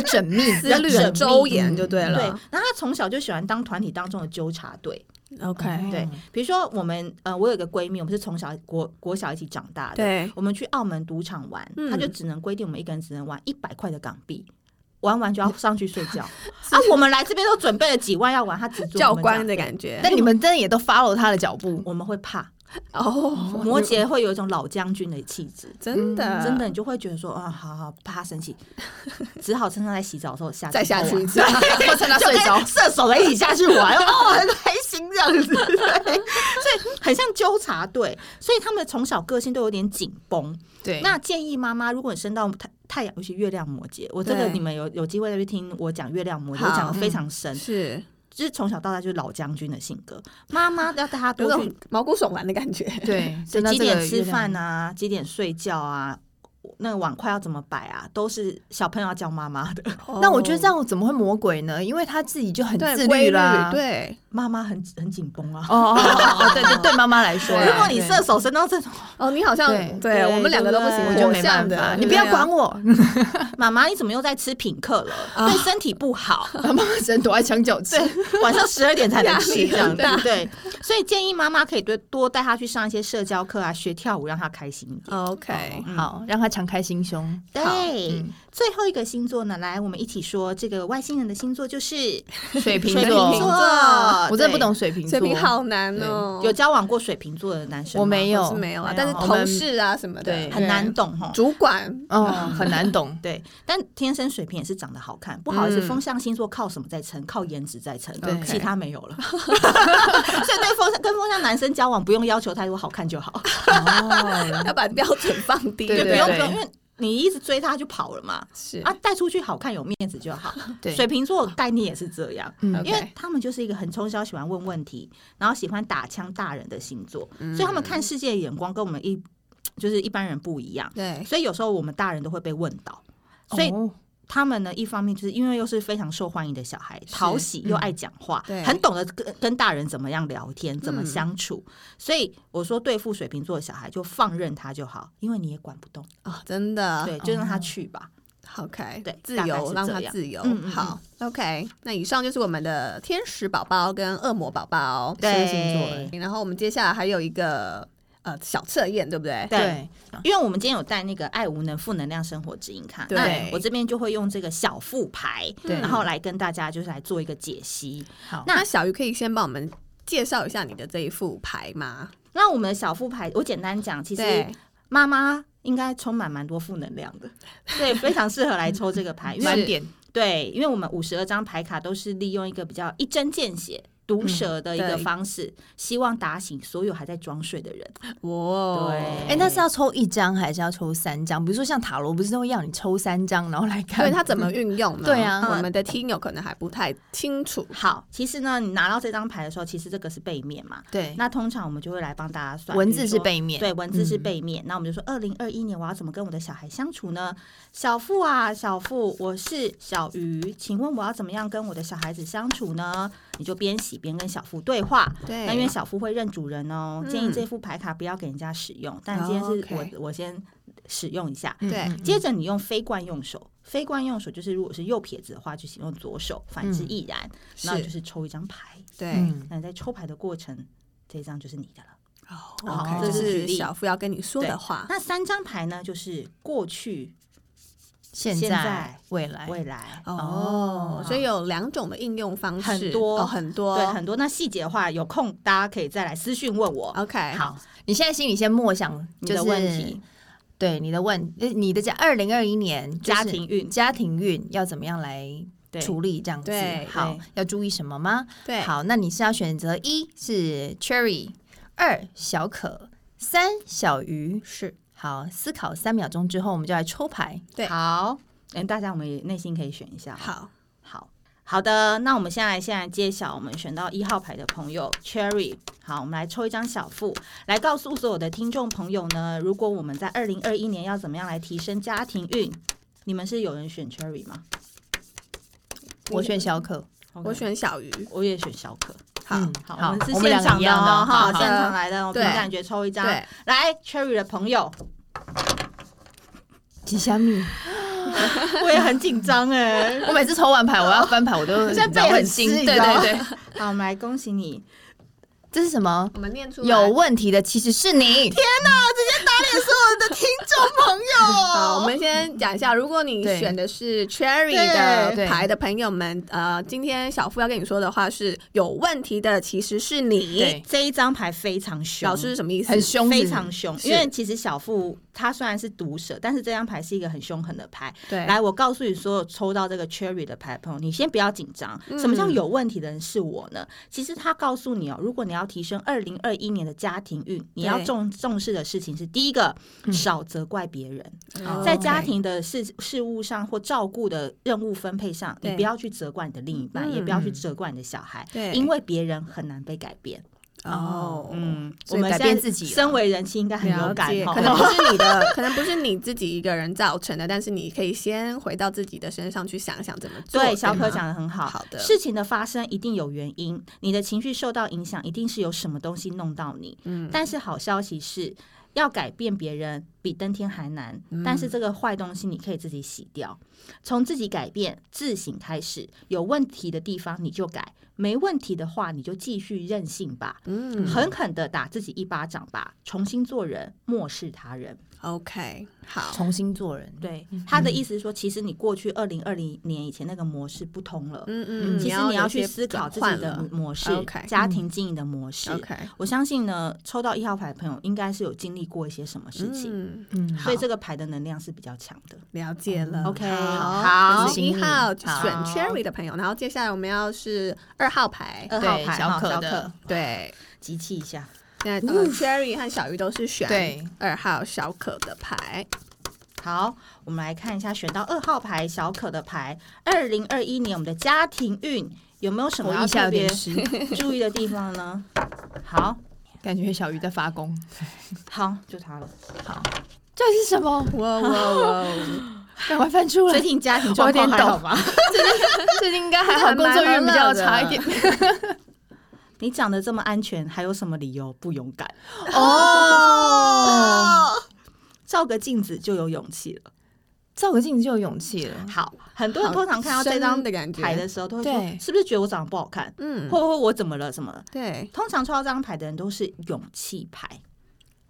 [SPEAKER 1] 缜密，
[SPEAKER 2] 思虑很周延就对
[SPEAKER 3] 对。然
[SPEAKER 2] 了
[SPEAKER 3] 后。他从小就喜欢当团体当中的纠察队，
[SPEAKER 2] OK，
[SPEAKER 3] 对，嗯比如说我们呃，我有个闺蜜，我们是从小国国小一起长大的。
[SPEAKER 2] 对
[SPEAKER 3] 我们去澳门赌场玩，
[SPEAKER 2] 嗯
[SPEAKER 3] 他就只能规定我们一个人只能玩一百块的港币，玩完就要上去睡觉。 啊，我们来这边都准备了几万要玩，他只做
[SPEAKER 2] 教官的
[SPEAKER 3] 感
[SPEAKER 2] 感觉。
[SPEAKER 1] 但你们真的也都 follow 他的脚步，
[SPEAKER 3] 我们会怕，
[SPEAKER 2] 哦，嗯
[SPEAKER 3] 摩羯会有一种老将军的气质。
[SPEAKER 2] 真的
[SPEAKER 3] 嗯真的，你就会觉得说啊，好好怕他生气， 只好趁他在洗澡的时候下去
[SPEAKER 2] 再下
[SPEAKER 3] 偷
[SPEAKER 2] 去一
[SPEAKER 3] 玩。
[SPEAKER 2] 次，
[SPEAKER 1] 或趁他睡 着
[SPEAKER 3] 射手的一起下去 玩，哦，很开心这样子，对，所以很像纠察队，所以他们从小个性都有点紧绷。
[SPEAKER 1] 对，
[SPEAKER 3] 那建议妈妈，如果你升到太太阳，尤其月亮摩羯，我这个
[SPEAKER 2] 对
[SPEAKER 3] 你们有有机会再去听我讲月亮摩羯，
[SPEAKER 2] 好
[SPEAKER 3] 我讲的非常深，
[SPEAKER 2] 是
[SPEAKER 3] 就是从小到大就是老将军的性格。妈妈要带他
[SPEAKER 2] 有
[SPEAKER 3] 多
[SPEAKER 2] 种
[SPEAKER 3] 去
[SPEAKER 2] 毛骨悚然的感觉。
[SPEAKER 1] 对，真的
[SPEAKER 3] 几
[SPEAKER 1] 这个
[SPEAKER 3] 点吃
[SPEAKER 1] 月亮
[SPEAKER 3] 饭啊，几点睡觉啊。那个碗筷要怎么摆啊，都是小朋友要教妈妈的。
[SPEAKER 1] 那我觉得这样怎么会魔鬼呢？因为他自己就很
[SPEAKER 2] 哦对
[SPEAKER 1] 自
[SPEAKER 2] 规
[SPEAKER 1] 律啦。
[SPEAKER 2] 对
[SPEAKER 3] 妈妈很很紧绷啊。
[SPEAKER 1] 哦 哦哦，哦对对对，妈妈来说啦，
[SPEAKER 3] 如果你
[SPEAKER 1] 对
[SPEAKER 3] 射手身高这种，
[SPEAKER 2] 哦，你好像
[SPEAKER 1] 对
[SPEAKER 2] 对我们两个都不行，
[SPEAKER 3] 对
[SPEAKER 1] 我就
[SPEAKER 2] 火
[SPEAKER 1] 没
[SPEAKER 2] 象
[SPEAKER 1] 办
[SPEAKER 2] 的啊
[SPEAKER 1] 法，你不要管我，
[SPEAKER 3] 妈妈你怎么又在吃品客了？
[SPEAKER 1] 啊
[SPEAKER 3] 对身体不好，
[SPEAKER 1] 妈妈只能躲在墙角吃。
[SPEAKER 3] 晚上十二点才能
[SPEAKER 2] 压力
[SPEAKER 3] 吃，
[SPEAKER 2] 很
[SPEAKER 3] 这样对
[SPEAKER 2] 大
[SPEAKER 3] 不对？所以建议妈妈可以多多带她去上一些社交课啊，学跳舞，让她开心一点。
[SPEAKER 2] OK，
[SPEAKER 3] 嗯
[SPEAKER 1] 好，让他敞开心胸。
[SPEAKER 3] 对，
[SPEAKER 1] 嗯
[SPEAKER 3] 最后一个星座呢，来，我们一起说这个外星人的星座就是
[SPEAKER 1] 水瓶
[SPEAKER 3] 水瓶
[SPEAKER 1] 座，
[SPEAKER 3] 座。
[SPEAKER 1] 我真的不
[SPEAKER 3] 对。
[SPEAKER 1] 懂啊水瓶座，
[SPEAKER 2] 水瓶好难哦，
[SPEAKER 3] 有交往过水瓶座的男生吗？
[SPEAKER 1] 我没
[SPEAKER 2] 我
[SPEAKER 1] 有，
[SPEAKER 2] 是没有啊，
[SPEAKER 3] 没有
[SPEAKER 2] 但是
[SPEAKER 1] 我
[SPEAKER 2] 同
[SPEAKER 1] 们
[SPEAKER 2] 事啊什么的
[SPEAKER 1] 对
[SPEAKER 3] 很难，懂哈。。
[SPEAKER 2] 主管
[SPEAKER 1] 哦，很难懂
[SPEAKER 3] 对，但天生水瓶也是长得好看，不好意思，
[SPEAKER 1] 嗯
[SPEAKER 3] 风象星座靠什么在撑？靠颜值在撑，
[SPEAKER 1] 对
[SPEAKER 3] 其他没有了。 所以对风象跟风象男生交往，不用要求太多，好看就好，
[SPEAKER 1] 哦，
[SPEAKER 2] 要把标准放低，
[SPEAKER 1] 对
[SPEAKER 2] 对
[SPEAKER 3] 就不
[SPEAKER 2] 不
[SPEAKER 3] 用
[SPEAKER 2] 用
[SPEAKER 3] 不用，因为你一直追他就跑了嘛。
[SPEAKER 2] 是
[SPEAKER 3] 啊，带出去好看有面子就好。
[SPEAKER 1] 对，
[SPEAKER 3] 水瓶座概念也是这样。
[SPEAKER 1] 嗯
[SPEAKER 2] OK
[SPEAKER 3] 因为他们就是一个很从小喜欢问问题，然后喜欢打枪大人的星座，所以他们看世界的眼光跟我们一就是一般人不一样，
[SPEAKER 2] 对
[SPEAKER 3] 所以有时候我们大人都会被问到，所以
[SPEAKER 1] 哦
[SPEAKER 3] 他们呢，一方面就是因为又是非常受欢迎的小孩，讨喜又爱讲话，
[SPEAKER 2] 嗯对
[SPEAKER 3] 很懂得跟跟大人怎么样聊天，怎么相处。
[SPEAKER 2] 嗯
[SPEAKER 3] 所以我说，对付水瓶座的小孩就放任他就好，因为你也管不动，
[SPEAKER 2] 哦，真的
[SPEAKER 3] 对，就让他去吧。
[SPEAKER 2] ，OK，
[SPEAKER 3] 对
[SPEAKER 2] 自
[SPEAKER 3] 大概
[SPEAKER 2] 由
[SPEAKER 3] 是
[SPEAKER 2] 让
[SPEAKER 3] 这
[SPEAKER 2] 他
[SPEAKER 3] 样
[SPEAKER 2] 自由
[SPEAKER 3] 嗯嗯，嗯
[SPEAKER 2] 好，OK，那以上就是我们的天使宝宝跟恶魔宝宝，
[SPEAKER 3] 对
[SPEAKER 1] 是星座哎
[SPEAKER 2] 然后我们接下来还有一个呃小测验，对不对？
[SPEAKER 1] 对，
[SPEAKER 3] 因为我们今天有带那个爱无能负能量生活指引卡，
[SPEAKER 2] 对
[SPEAKER 3] 那我这边就会用这个小副牌，
[SPEAKER 1] 对
[SPEAKER 3] 然后来跟大家就是来做一个解析。
[SPEAKER 1] 好，
[SPEAKER 2] 那小鱼可以先帮我们介绍一下你的这一副牌吗？
[SPEAKER 3] 那我们的小副牌，我简单讲，其实
[SPEAKER 2] 对，
[SPEAKER 3] 妈妈应该充满蛮多负能量的，对，非常适合来抽这个牌，因为
[SPEAKER 1] 满点
[SPEAKER 3] 对，因为我们五十二张牌卡都是利用一个比较一针见血、
[SPEAKER 1] 嗯
[SPEAKER 3] 毒舌的一个
[SPEAKER 2] 对
[SPEAKER 3] 方式，希望打醒所有还在装睡的人。
[SPEAKER 2] 哇，
[SPEAKER 3] 对
[SPEAKER 1] 哎，那是要抽一张还是要抽三张？比如说像塔罗，不是都会要你抽三张，然后来 看
[SPEAKER 2] 对它怎么运用呢？
[SPEAKER 1] 嗯对啊
[SPEAKER 2] 我们的听友可能还不太清楚。
[SPEAKER 3] 好，其实呢，你拿到这张牌的时候，其实这个是背面嘛。
[SPEAKER 1] 对，
[SPEAKER 3] 那通常我们就会来帮大家算
[SPEAKER 1] 文
[SPEAKER 3] 比如
[SPEAKER 1] 字是
[SPEAKER 3] 说
[SPEAKER 1] 背面，
[SPEAKER 3] 对，文字是
[SPEAKER 1] 嗯
[SPEAKER 3] 背面。那我们就说，二零二一年我要怎么跟我的小孩相处呢？小付啊，小付，我是小鱼，请问我要怎么样跟我的小孩子相处呢？你就边洗边跟小付对话。
[SPEAKER 2] 对
[SPEAKER 3] 那因为小付会认主人哦，
[SPEAKER 2] 嗯
[SPEAKER 3] 建议这副牌卡不要给人家使用。但今天
[SPEAKER 2] 哦
[SPEAKER 3] 是我、
[SPEAKER 2] ，OK
[SPEAKER 3] 我先使用一下。
[SPEAKER 1] 嗯
[SPEAKER 2] 对
[SPEAKER 1] 嗯嗯
[SPEAKER 3] 接着你用非惯用手，非惯用手就是如果是右撇子的话，就请用左手，反之
[SPEAKER 1] 嗯
[SPEAKER 3] 亦然。
[SPEAKER 2] 是
[SPEAKER 3] 然后就是抽一张牌，
[SPEAKER 2] 对
[SPEAKER 1] 嗯
[SPEAKER 3] 那你在抽牌的过程，这张就是你的了。
[SPEAKER 2] ，OK，
[SPEAKER 1] 这
[SPEAKER 2] 哦这
[SPEAKER 1] 是
[SPEAKER 2] 是
[SPEAKER 3] 举例
[SPEAKER 2] 小付要跟你说
[SPEAKER 3] 对
[SPEAKER 2] 的话。
[SPEAKER 3] 那三张牌呢，就是过去、
[SPEAKER 1] 现
[SPEAKER 3] 现
[SPEAKER 1] 在
[SPEAKER 3] 在
[SPEAKER 1] 未来
[SPEAKER 3] 未来，
[SPEAKER 2] 哦，所以有两种的应用方式，
[SPEAKER 3] 很多
[SPEAKER 2] 哦、很多，
[SPEAKER 3] 对很多。那细节的话，有空大家可以再来私讯问我。
[SPEAKER 2] OK，，
[SPEAKER 3] 好，
[SPEAKER 1] 你现在心里先默想，
[SPEAKER 3] 你
[SPEAKER 1] 就
[SPEAKER 3] 的
[SPEAKER 1] 是
[SPEAKER 3] 问题，
[SPEAKER 1] 对你的问，呃你的家二零二一年就是
[SPEAKER 3] 家庭运
[SPEAKER 1] 家庭运要怎么样来
[SPEAKER 3] 对
[SPEAKER 1] 处理这样子
[SPEAKER 2] 对？
[SPEAKER 1] 好
[SPEAKER 3] 对，
[SPEAKER 1] 要注意什么吗？
[SPEAKER 2] 对，，
[SPEAKER 1] 好，那你是要选择一是 Cherry，二小可，三小鱼。
[SPEAKER 2] 是
[SPEAKER 1] 好，思考三秒钟之后，我们就来抽牌。
[SPEAKER 2] 对
[SPEAKER 3] 好，嗯，大家我们也内心可以选一下。
[SPEAKER 2] 好，
[SPEAKER 3] 好好的，那我们现在现在揭晓我们选到一号牌的朋友 Cherry。好，我们来抽一张小副，来告诉所有的听众朋友呢，如果我们在二零二一年要怎么样来提升家庭运，你们是有人选 Cherry 吗？嗯
[SPEAKER 1] 我选小可，
[SPEAKER 2] 我，选小鱼，
[SPEAKER 3] 我也选小可。
[SPEAKER 2] 好，
[SPEAKER 1] 嗯
[SPEAKER 3] 好，我们是
[SPEAKER 1] 我们
[SPEAKER 3] 现
[SPEAKER 1] 两个
[SPEAKER 3] 场
[SPEAKER 1] 一样的
[SPEAKER 3] 哦
[SPEAKER 1] 哦
[SPEAKER 3] 哈，
[SPEAKER 1] 好
[SPEAKER 3] 现
[SPEAKER 2] 好
[SPEAKER 3] 场来的，我凭
[SPEAKER 2] 对
[SPEAKER 3] 感觉抽一张。
[SPEAKER 2] 对，
[SPEAKER 3] 来 Cherry 的朋友，
[SPEAKER 1] 吉祥米。
[SPEAKER 3] 我也很紧张哎。
[SPEAKER 1] 我每次抽完牌，我要翻牌，我都
[SPEAKER 3] 现在背很
[SPEAKER 1] 很
[SPEAKER 3] 湿
[SPEAKER 1] 心。
[SPEAKER 3] 你
[SPEAKER 1] 对
[SPEAKER 3] 知道吗
[SPEAKER 1] 对对，
[SPEAKER 3] 好，我们来恭喜你，
[SPEAKER 1] 这是什么？
[SPEAKER 2] 我们念出来
[SPEAKER 1] 有哦问题的其实是你。
[SPEAKER 3] 啊
[SPEAKER 2] 好，我们先讲一下，如果你
[SPEAKER 1] 对
[SPEAKER 2] 选的是 Cherry
[SPEAKER 1] 对
[SPEAKER 2] 的牌的朋友们，呃，今天小付要跟你说的话是有问题的，其实是你，
[SPEAKER 1] 对
[SPEAKER 3] 这一张牌非常凶，
[SPEAKER 2] 老师是什么意思？
[SPEAKER 1] 很凶是
[SPEAKER 3] 非
[SPEAKER 1] 不是
[SPEAKER 3] 常凶，
[SPEAKER 1] 是
[SPEAKER 3] 因为其实小富他虽然是毒蛇，但是这张牌是一个很凶狠的牌。
[SPEAKER 2] 对，
[SPEAKER 3] 来，我告诉你，所有抽到这个 Cherry 的牌的朋友，你先不要紧张。
[SPEAKER 2] 嗯
[SPEAKER 3] 什么叫有问题的人是我呢？其实他告诉你哦，如果你要提升二零二一年的家庭运，你要重重视的事情是第一个，少责怪别人，
[SPEAKER 2] 嗯哦
[SPEAKER 3] 在家庭的事事务上或照顾的任务分配上，你
[SPEAKER 2] 对嗯
[SPEAKER 3] 不要去责怪你的另一半，也不要去责怪你的小孩，
[SPEAKER 2] 对
[SPEAKER 3] 因为别人很难被改变。
[SPEAKER 2] 哦，嗯，
[SPEAKER 3] 嗯，
[SPEAKER 1] 所
[SPEAKER 3] 我
[SPEAKER 1] 以
[SPEAKER 3] 们
[SPEAKER 1] 改
[SPEAKER 3] 现在
[SPEAKER 1] 变自己了
[SPEAKER 3] 身为人妻应该很有
[SPEAKER 2] 了
[SPEAKER 3] 感
[SPEAKER 2] 解，
[SPEAKER 3] 哦
[SPEAKER 2] 可 能不是你的， 可能不是你自己一个人造成的，但是你可以先回到自己的身上去想想怎么做。
[SPEAKER 3] 对，小
[SPEAKER 2] 吗
[SPEAKER 3] 可讲的很好。
[SPEAKER 2] 好的
[SPEAKER 3] 事情的发生一定有原因，你的情绪受到影响，一定是有什么东西弄到你。
[SPEAKER 2] 嗯
[SPEAKER 3] 但是好消息是，要改变别人比登天还难，但是这个坏东西你可以自己洗掉，从自己改变、自省开始。有问题的地方你就改，没问题的话你就继续任性吧，
[SPEAKER 2] 嗯
[SPEAKER 3] 狠狠的打自己一巴掌吧，重新做人，漠视他人。
[SPEAKER 2] ，OK，好，
[SPEAKER 1] 重新做人，
[SPEAKER 3] 对，他的意思是说，其实你过去二零二零年以前那个模式不通了。
[SPEAKER 2] 嗯
[SPEAKER 1] 嗯
[SPEAKER 2] 嗯，
[SPEAKER 3] 其实
[SPEAKER 2] 要
[SPEAKER 3] 你要去思考自己的模式、
[SPEAKER 2] OK
[SPEAKER 3] 家庭经营的模式。
[SPEAKER 2] OK
[SPEAKER 3] 我相信呢，抽到一号牌的朋友应该是有经历过一些什么事情，
[SPEAKER 2] 嗯，
[SPEAKER 1] 嗯，
[SPEAKER 3] 所以这个牌的能量是比较强的。
[SPEAKER 2] 了解了。
[SPEAKER 3] 嗯 OK，
[SPEAKER 2] 好，
[SPEAKER 3] 好
[SPEAKER 2] 这是一号选
[SPEAKER 1] 好
[SPEAKER 2] Cherry 的朋友，然后接下来我们要是二号牌，
[SPEAKER 3] 二号
[SPEAKER 1] 对
[SPEAKER 3] 牌，
[SPEAKER 1] 小
[SPEAKER 3] 好
[SPEAKER 1] 可
[SPEAKER 3] 小
[SPEAKER 1] 的
[SPEAKER 3] 可，
[SPEAKER 2] 对，
[SPEAKER 3] 集气一下。
[SPEAKER 2] 现
[SPEAKER 3] 哦
[SPEAKER 2] 在呃 Cherry 和小鱼都是选
[SPEAKER 1] 对
[SPEAKER 2] 二号小可的牌，
[SPEAKER 3] 好，我们来看一下选到二号牌小可的牌，二零二一年我们的家庭运有没有什么
[SPEAKER 1] 我
[SPEAKER 3] 要
[SPEAKER 1] 腋下
[SPEAKER 3] 特
[SPEAKER 1] 有
[SPEAKER 3] 别
[SPEAKER 1] 点湿，
[SPEAKER 3] 注意的地方呢？ 好
[SPEAKER 1] 感觉小鱼在发功，
[SPEAKER 3] 好，就它了。
[SPEAKER 1] 这是什么？
[SPEAKER 2] 哇哇哇！
[SPEAKER 1] 赶快翻出来
[SPEAKER 3] 最！近家庭状况还好吗？
[SPEAKER 1] 最近应该 还好，工作运比较差一点。
[SPEAKER 3] 你长得这么安全，还有什么理由不勇敢？
[SPEAKER 1] 哦，
[SPEAKER 3] 照个镜子就有勇气了。
[SPEAKER 1] 照个镜子就有勇气 了。
[SPEAKER 3] 好，很多人通常看到这
[SPEAKER 2] 好
[SPEAKER 3] 张
[SPEAKER 2] 深的感觉
[SPEAKER 3] 牌的时候，都会
[SPEAKER 1] 对
[SPEAKER 3] 说：“是不是觉得我长得不好看？
[SPEAKER 2] 嗯
[SPEAKER 3] 或，或我怎么了？怎么了
[SPEAKER 2] 对？”，
[SPEAKER 3] 通常抽到这张牌的人都是勇气牌，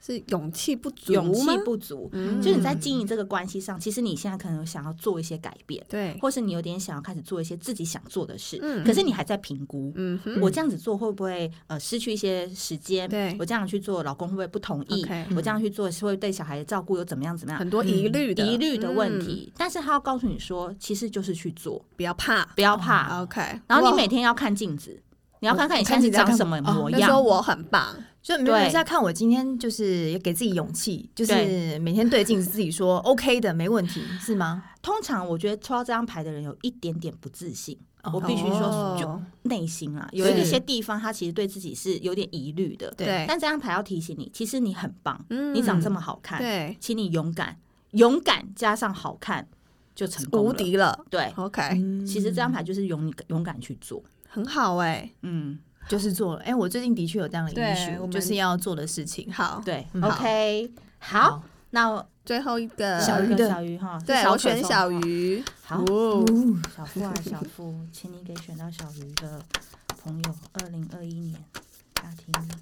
[SPEAKER 2] 是勇气不足吗，
[SPEAKER 3] 勇气不足。
[SPEAKER 2] 嗯，
[SPEAKER 3] 就是你在经营这个关系上，其实你现在可能有想要做一些改变，
[SPEAKER 2] 对，
[SPEAKER 3] 或是你有点想要开始做一些自己想做的事，
[SPEAKER 2] 嗯
[SPEAKER 3] 可是你还在评估。
[SPEAKER 2] 嗯哼
[SPEAKER 3] 我这样子做会不会呃失去一些时间？
[SPEAKER 2] 对
[SPEAKER 3] 我这样去做，老公会不会不同意
[SPEAKER 2] OK 嗯
[SPEAKER 3] 我这样去做是会对小孩的照顾有怎么样怎么样
[SPEAKER 2] 很多疑虑的
[SPEAKER 3] 嗯疑虑的问，题？但是他要告诉你说，其实就是去做
[SPEAKER 2] 嗯，不要怕
[SPEAKER 3] 不要怕。
[SPEAKER 2] ，OK。
[SPEAKER 3] 然后你每天要看镜子，你要看看你现在是长什么模
[SPEAKER 2] 那时候
[SPEAKER 3] 样。
[SPEAKER 2] 哦我很棒，
[SPEAKER 1] 就没有人在看我今天，就是给自己勇气，就是
[SPEAKER 3] 对
[SPEAKER 1] 每天对镜子自己说 OK 的，没问题，是吗？
[SPEAKER 3] 通常我觉得抽到这张牌的人有一点点不自信，我必须
[SPEAKER 2] 哦
[SPEAKER 3] 说就内心啊，有一些地方他其实对自己是有点疑虑的。
[SPEAKER 1] 对
[SPEAKER 3] 但这张牌要提醒你，其实你很棒，
[SPEAKER 2] 嗯
[SPEAKER 3] 你长这么好看，
[SPEAKER 2] 对，
[SPEAKER 3] 请你勇敢，勇敢加上好看就成功了
[SPEAKER 2] 无。敌了
[SPEAKER 3] 对，嗯
[SPEAKER 2] ，OK，
[SPEAKER 3] 其实这张牌就是勇勇敢去做。
[SPEAKER 2] 很好哎，
[SPEAKER 3] 嗯，
[SPEAKER 1] 就是做了。哎，我最近的确有这样的
[SPEAKER 2] 对
[SPEAKER 1] 因
[SPEAKER 2] 我
[SPEAKER 1] 素，
[SPEAKER 2] 们
[SPEAKER 1] 就是要做的事情。
[SPEAKER 2] 好，
[SPEAKER 3] 对
[SPEAKER 1] 嗯
[SPEAKER 3] ，OK，好，那
[SPEAKER 2] 最后一个
[SPEAKER 1] 小鱼
[SPEAKER 3] 跟
[SPEAKER 1] 的
[SPEAKER 3] 小鱼哈，是
[SPEAKER 2] 对
[SPEAKER 3] 小
[SPEAKER 2] 我
[SPEAKER 3] 可
[SPEAKER 2] 选
[SPEAKER 3] 送
[SPEAKER 2] 小
[SPEAKER 3] 的哈。
[SPEAKER 2] 鱼，
[SPEAKER 3] 好，
[SPEAKER 2] 哦
[SPEAKER 3] 小富啊，小富，请你给选到小鱼的朋友，二零二一年家庭。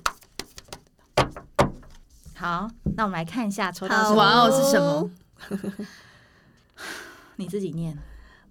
[SPEAKER 3] 好，那我们来看一下抽到
[SPEAKER 2] 好
[SPEAKER 3] 什么
[SPEAKER 1] 哇哦，是什么？
[SPEAKER 3] 你自己念。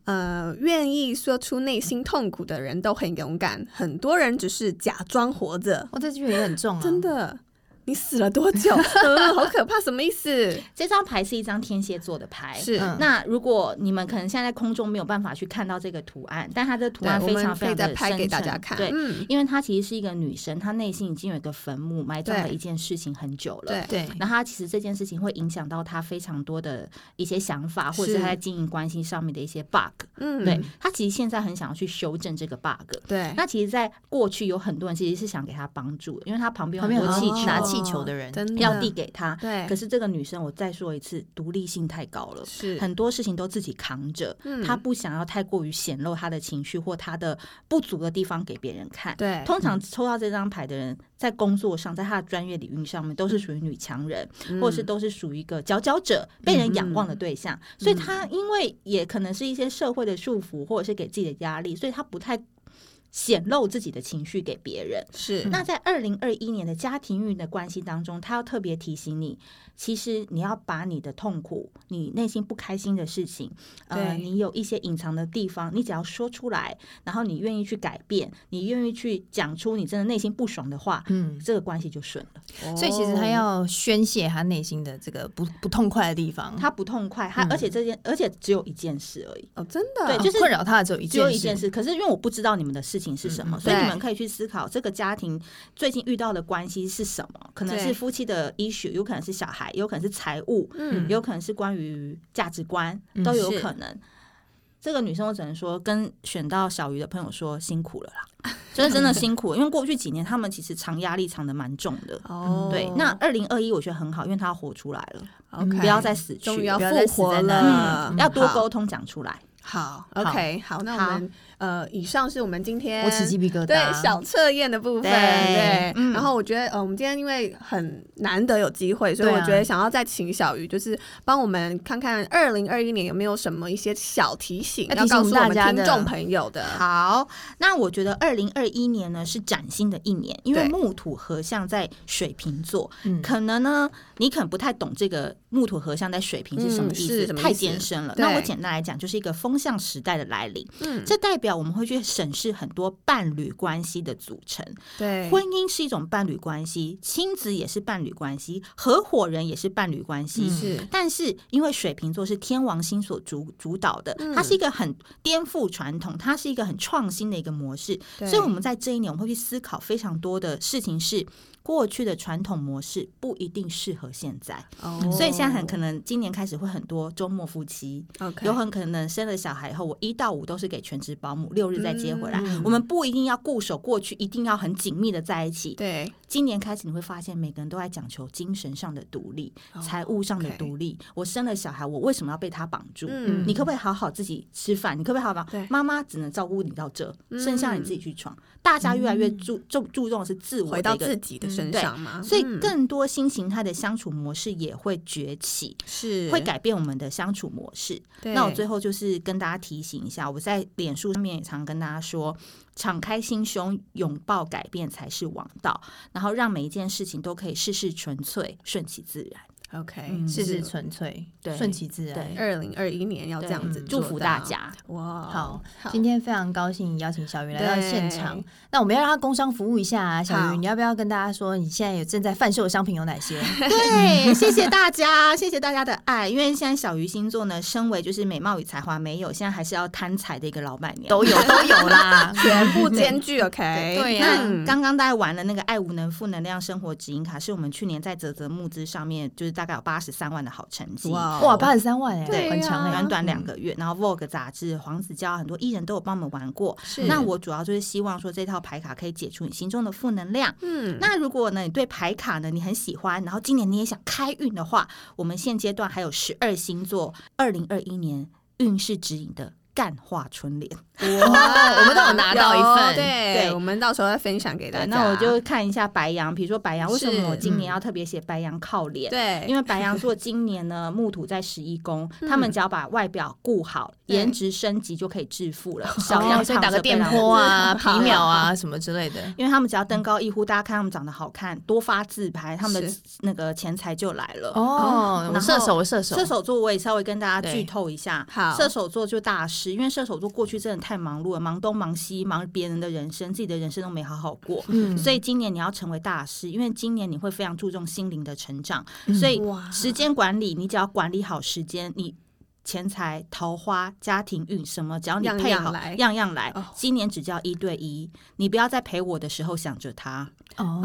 [SPEAKER 2] 呃，愿意说出内心痛苦的人都很勇敢，很多人只是假装活着，
[SPEAKER 1] 哇，这句也很 重啊，
[SPEAKER 2] 真。的。你死了多久？嗯，好可怕，什么意思？
[SPEAKER 3] 这张牌是一张天蝎座的牌，
[SPEAKER 2] 是，
[SPEAKER 1] 嗯
[SPEAKER 3] 那如果你们可能现在在空中没有办法去看到这个图案，但它的图
[SPEAKER 2] 对，
[SPEAKER 3] 案
[SPEAKER 2] 我
[SPEAKER 3] 非常
[SPEAKER 2] 们
[SPEAKER 3] 非
[SPEAKER 2] 可以
[SPEAKER 3] 常的
[SPEAKER 2] 再拍给大家看。
[SPEAKER 3] 对，
[SPEAKER 2] 嗯，
[SPEAKER 3] 因为她其实是一个女生，她内心已经有一个坟墓，埋葬了
[SPEAKER 2] 对
[SPEAKER 3] 一件事情很久了。
[SPEAKER 2] 对，
[SPEAKER 1] 对，
[SPEAKER 3] 那她其实这件事情会影响到她非常多的一些想法，或者
[SPEAKER 2] 是
[SPEAKER 3] 是她在经营关系上面的一些 bug。
[SPEAKER 2] 嗯，
[SPEAKER 3] 对她其实现在很想要去修正这个 bug。
[SPEAKER 2] 对，
[SPEAKER 3] 那其实，在过去有很多人其实是想给她帮助的，因为她旁边有
[SPEAKER 1] 旁
[SPEAKER 3] 很
[SPEAKER 1] 边
[SPEAKER 3] 多
[SPEAKER 1] 有气
[SPEAKER 3] 气球
[SPEAKER 1] 拿气球的人，
[SPEAKER 2] 哦真的
[SPEAKER 3] 要递给她。
[SPEAKER 2] 对，
[SPEAKER 3] 可是这个女生，我再说一次，独立性太高了。
[SPEAKER 2] 是
[SPEAKER 3] 很多事情都自己扛着，
[SPEAKER 2] 嗯
[SPEAKER 3] 他不想要太过于显露他的情绪或他的不足的地方给别人看。
[SPEAKER 2] 对，嗯
[SPEAKER 3] 通常抽到这张牌的人，在工作上，在他的专业领域上面，都是属于女强人，
[SPEAKER 2] 嗯
[SPEAKER 3] 或者是都是属于一个佼佼者，被人仰望的对象。
[SPEAKER 2] 嗯
[SPEAKER 3] 所以他因为也可能是一些社会的束缚，或者是给自己的压力，所以他不太显露自己的情绪给别人。
[SPEAKER 2] 是
[SPEAKER 1] 嗯
[SPEAKER 3] 那在二零二一年的家庭运的关系当中，他要特别提醒你，其实你要把你的痛苦、你内心不开心的事情，呃，
[SPEAKER 2] 对
[SPEAKER 3] 你有一些隐藏的地方，你只要说出来，然后你愿意去改变，你愿意去讲出你真的内心不爽的话，
[SPEAKER 1] 嗯，
[SPEAKER 3] 这个关系就顺了。
[SPEAKER 1] 所以其
[SPEAKER 3] 哦
[SPEAKER 1] 实他要宣泄他内心的这个不不痛快的地方，
[SPEAKER 3] 他不痛快，他
[SPEAKER 1] 嗯
[SPEAKER 3] 而且这件，而且只有一件事而已。
[SPEAKER 2] 哦，真的
[SPEAKER 3] 对
[SPEAKER 1] 哦
[SPEAKER 3] 就是
[SPEAKER 1] 困扰他的只有一
[SPEAKER 3] 只
[SPEAKER 1] 件
[SPEAKER 3] 有
[SPEAKER 1] 事，
[SPEAKER 3] 一件事，可是因为我不知道你们的事情是什么，
[SPEAKER 1] 嗯嗯
[SPEAKER 3] 所以你
[SPEAKER 2] 对
[SPEAKER 3] 们可以去思考这个家庭最近遇到的关系是什么，可能
[SPEAKER 2] 对
[SPEAKER 3] 是夫妻的 issue，有可能是小孩，有可能是财务，
[SPEAKER 2] 嗯
[SPEAKER 3] 有可能是关于价值观，都有可能。这个女生我只能说，跟选到小鱼的朋友说辛苦了啦， 就是真的辛苦了，因为过去几年他们其实扛压力扛的蛮重的。
[SPEAKER 2] 哦
[SPEAKER 3] 对，那二零二一我觉得很好，因为她活出来了，
[SPEAKER 2] OK，
[SPEAKER 3] 不要再死去
[SPEAKER 2] 终于
[SPEAKER 3] 了，
[SPEAKER 2] 要
[SPEAKER 3] 不要
[SPEAKER 2] 复
[SPEAKER 3] 再死
[SPEAKER 2] 活
[SPEAKER 3] 在那里
[SPEAKER 2] 了，
[SPEAKER 3] 嗯要多
[SPEAKER 2] 好
[SPEAKER 3] 沟通讲出来。
[SPEAKER 2] 好，OK，好，那我们呃，以上是我们今天
[SPEAKER 1] 我起鸡皮疙瘩。
[SPEAKER 2] 对小测验的部分，
[SPEAKER 3] 啊对
[SPEAKER 2] 对。
[SPEAKER 3] 嗯
[SPEAKER 2] 然后我觉得，呃，我们今天因为很难得有机会，所以
[SPEAKER 1] 对
[SPEAKER 2] 我
[SPEAKER 1] 啊
[SPEAKER 2] 觉得想要再请小鱼，就是帮我们看看二零二一年有没有什么一些小提醒，
[SPEAKER 1] 要
[SPEAKER 2] 要
[SPEAKER 1] 提醒
[SPEAKER 2] 告
[SPEAKER 1] 我
[SPEAKER 2] 诉我
[SPEAKER 1] 们大
[SPEAKER 2] 们
[SPEAKER 1] 家的
[SPEAKER 2] 听众朋友的。
[SPEAKER 3] 好，那我觉得二零二一年呢是崭新的一年，因为
[SPEAKER 2] 对
[SPEAKER 3] 木土合相在水瓶座，
[SPEAKER 1] 嗯
[SPEAKER 3] 可能呢你可能不太懂这个木土合相在水瓶是什么
[SPEAKER 2] 嗯是
[SPEAKER 3] 意思，
[SPEAKER 2] 什么
[SPEAKER 3] 太
[SPEAKER 2] 意思
[SPEAKER 3] 艰深了。
[SPEAKER 2] 对
[SPEAKER 3] 那我简单来讲，就是一个风向时代的来临，
[SPEAKER 2] 嗯，
[SPEAKER 3] 这代表我们会去审视很多伴侣关系的组成，
[SPEAKER 2] 对，
[SPEAKER 3] 婚姻是一种伴侣关系，亲子也是伴侣关系，合伙人也是伴侣关系，
[SPEAKER 1] 嗯
[SPEAKER 2] 是
[SPEAKER 3] 但是因为水瓶座是天王星所主主导的，
[SPEAKER 2] 嗯
[SPEAKER 3] 它是一个很颠覆传统，它是一个很创新的一个模式，
[SPEAKER 2] 对
[SPEAKER 3] 所以我们在这一年我们会去思考非常多的事情是。过去的传统模式不一定适合现在，
[SPEAKER 2] 哦
[SPEAKER 3] 所以现在很可能今年开始会很多周末夫妻，
[SPEAKER 2] OK，
[SPEAKER 3] 有很可能生了小孩以后，我一到五都是给全职保姆，六日再接回来。
[SPEAKER 2] 嗯
[SPEAKER 3] 我们不一定要固守过去，一定要很紧密的在一起，
[SPEAKER 2] 对
[SPEAKER 3] 今年开始，你会发现每个人都在讲求精神上的独立、
[SPEAKER 2] 哦
[SPEAKER 3] 财务上的
[SPEAKER 2] OK
[SPEAKER 3] 独立。我生了小孩，我为什么要被他绑住？
[SPEAKER 2] 嗯
[SPEAKER 3] 你可不可以好好自己吃饭？你可不可以好好
[SPEAKER 2] 对？
[SPEAKER 3] 妈妈只能照顾你到这，
[SPEAKER 2] 嗯
[SPEAKER 3] 剩下你自己去闯。大家越来越注注注重的是自我
[SPEAKER 2] 回
[SPEAKER 3] 的
[SPEAKER 2] 到
[SPEAKER 3] 一个
[SPEAKER 2] 自己的身
[SPEAKER 3] 对
[SPEAKER 2] 上嘛，
[SPEAKER 3] 所以
[SPEAKER 2] 嗯
[SPEAKER 3] 更多新形态的相处模式也会崛起，
[SPEAKER 2] 是
[SPEAKER 3] 会。改变我们的相处模式。
[SPEAKER 2] 对
[SPEAKER 3] 那我最后就是跟大家提醒一下，我在脸书上面也常跟大家说，敞开心胸，拥抱改变才是王道，然后让每一件事情都可以事事纯粹，顺其自然。
[SPEAKER 2] OK，
[SPEAKER 3] 嗯
[SPEAKER 1] 事
[SPEAKER 2] 是
[SPEAKER 1] 事纯粹，
[SPEAKER 3] 对
[SPEAKER 1] 顺其自然。
[SPEAKER 2] 二零二一年哦要这
[SPEAKER 3] 对
[SPEAKER 2] 样子
[SPEAKER 1] 嗯
[SPEAKER 2] 做
[SPEAKER 3] 祝福大
[SPEAKER 2] 到
[SPEAKER 3] 家，
[SPEAKER 2] 哇，
[SPEAKER 1] 好，今天非常高兴邀请小鱼来到
[SPEAKER 2] 对
[SPEAKER 1] 现场。那我们要让他工商服务一下、啊，小
[SPEAKER 2] 好
[SPEAKER 1] 鱼，你要不要跟大家说你现在有正在贩售的商品有哪些？
[SPEAKER 3] 对，谢谢大家，谢谢大家的爱。因为现在小鱼星座呢，身为就是美貌与才华没有，现在还是要贪财的一个老板娘，
[SPEAKER 1] 都有，都有啦。
[SPEAKER 2] 全部兼具 OK，嗯
[SPEAKER 1] 对呀
[SPEAKER 3] 那啊刚刚大家玩了那个“爱无能负能量生活指引卡”，是我们去年在泽泽募资上面，就是大概有八十三万的好成绩。
[SPEAKER 2] 哦
[SPEAKER 1] 哇，八十三万哎、
[SPEAKER 2] 对啊
[SPEAKER 1] 很强哎、
[SPEAKER 3] 短短两个月，然后 Vogue 杂志、黄子佼很多艺人都有帮我们玩过。
[SPEAKER 2] 是
[SPEAKER 3] 那我主要就是希望说这套牌卡可以解除你心中的负能量。
[SPEAKER 2] 嗯
[SPEAKER 3] 那如果呢，你对牌卡呢你很喜欢，然后今年你也想开运的话，我们现阶段还有十二星座二零二一年运势指引的干化春联。
[SPEAKER 1] 哇，我们都有拿到一份，
[SPEAKER 2] 有对，
[SPEAKER 3] 对
[SPEAKER 2] 我们到时候再分享给大
[SPEAKER 3] 对，
[SPEAKER 2] 家。
[SPEAKER 3] 那我就看一下白羊，比如说白羊为什
[SPEAKER 2] 是
[SPEAKER 3] 么我今年
[SPEAKER 1] 嗯
[SPEAKER 3] 要特别写白羊靠脸？
[SPEAKER 1] 哎
[SPEAKER 2] 对，为
[SPEAKER 3] 因为白羊座今年呢，木土在十一宫，
[SPEAKER 2] 嗯
[SPEAKER 3] 他们只要把外表顾好，
[SPEAKER 2] 对
[SPEAKER 3] 颜值升级就可以致 富了。
[SPEAKER 1] 小
[SPEAKER 3] 小羊
[SPEAKER 1] 鱼哦所以打个电波
[SPEAKER 3] 波，
[SPEAKER 1] 啊、 皮
[SPEAKER 2] 好
[SPEAKER 1] 秒啊什么之类的。
[SPEAKER 3] 因为他们只要登高一呼，大家看他们长得好看，多发自拍，他们的
[SPEAKER 2] 是
[SPEAKER 3] 那个钱财就来了。
[SPEAKER 1] 哦，
[SPEAKER 3] 然后
[SPEAKER 1] 我射手，我射手，
[SPEAKER 3] 射手座我也稍微跟大家
[SPEAKER 1] 对
[SPEAKER 3] 剧透一下
[SPEAKER 2] 好，
[SPEAKER 3] 射手座就大师，因为射手座过去真的太忙碌了，忙东忙西，忙别人的人生，自己的人生都没好好过。
[SPEAKER 1] 嗯
[SPEAKER 3] 所以今年你要成为大师，因为今年你会非常注重心灵的成长，所以
[SPEAKER 2] 嗯哇
[SPEAKER 3] 时间管理，你只要管理好时间，你。钱财、桃花、家庭运什么，只要你
[SPEAKER 2] 样
[SPEAKER 3] 配
[SPEAKER 2] 样
[SPEAKER 3] 好，
[SPEAKER 2] 来
[SPEAKER 3] 样样来。
[SPEAKER 2] 哦
[SPEAKER 3] 今年只叫一对一，你不要在陪我的时候想着他，
[SPEAKER 1] 哦，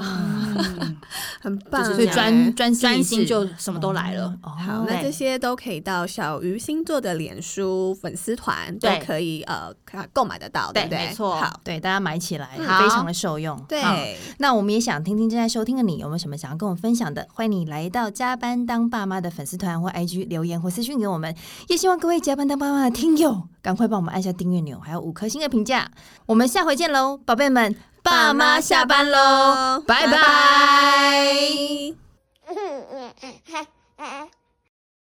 [SPEAKER 2] 很棒欸，
[SPEAKER 3] 就是
[SPEAKER 1] 所以专专心
[SPEAKER 3] 专
[SPEAKER 1] 一
[SPEAKER 3] 心
[SPEAKER 1] 致
[SPEAKER 3] 就什么都来了。
[SPEAKER 1] 哦
[SPEAKER 2] 好，那这些都可以到小鱼星座的脸书粉丝团都
[SPEAKER 3] 对
[SPEAKER 2] 可以呃看购买得到，对不
[SPEAKER 3] 对
[SPEAKER 2] 对？
[SPEAKER 3] 没错
[SPEAKER 2] 好，
[SPEAKER 1] 对大家买起来，
[SPEAKER 3] 好
[SPEAKER 1] 非常的受用。好
[SPEAKER 2] 对，
[SPEAKER 1] 那我们也想听听正在收听的你有没有什么想要跟我们分享的？欢迎你来到加班当爸妈的粉丝团或 IG 留言或私讯给我们。也希望各位加班当爸妈的听友赶快帮我们按下订阅钮，还有五颗星的评价。我们下回见喽，宝贝们，爸妈下班喽，拜拜。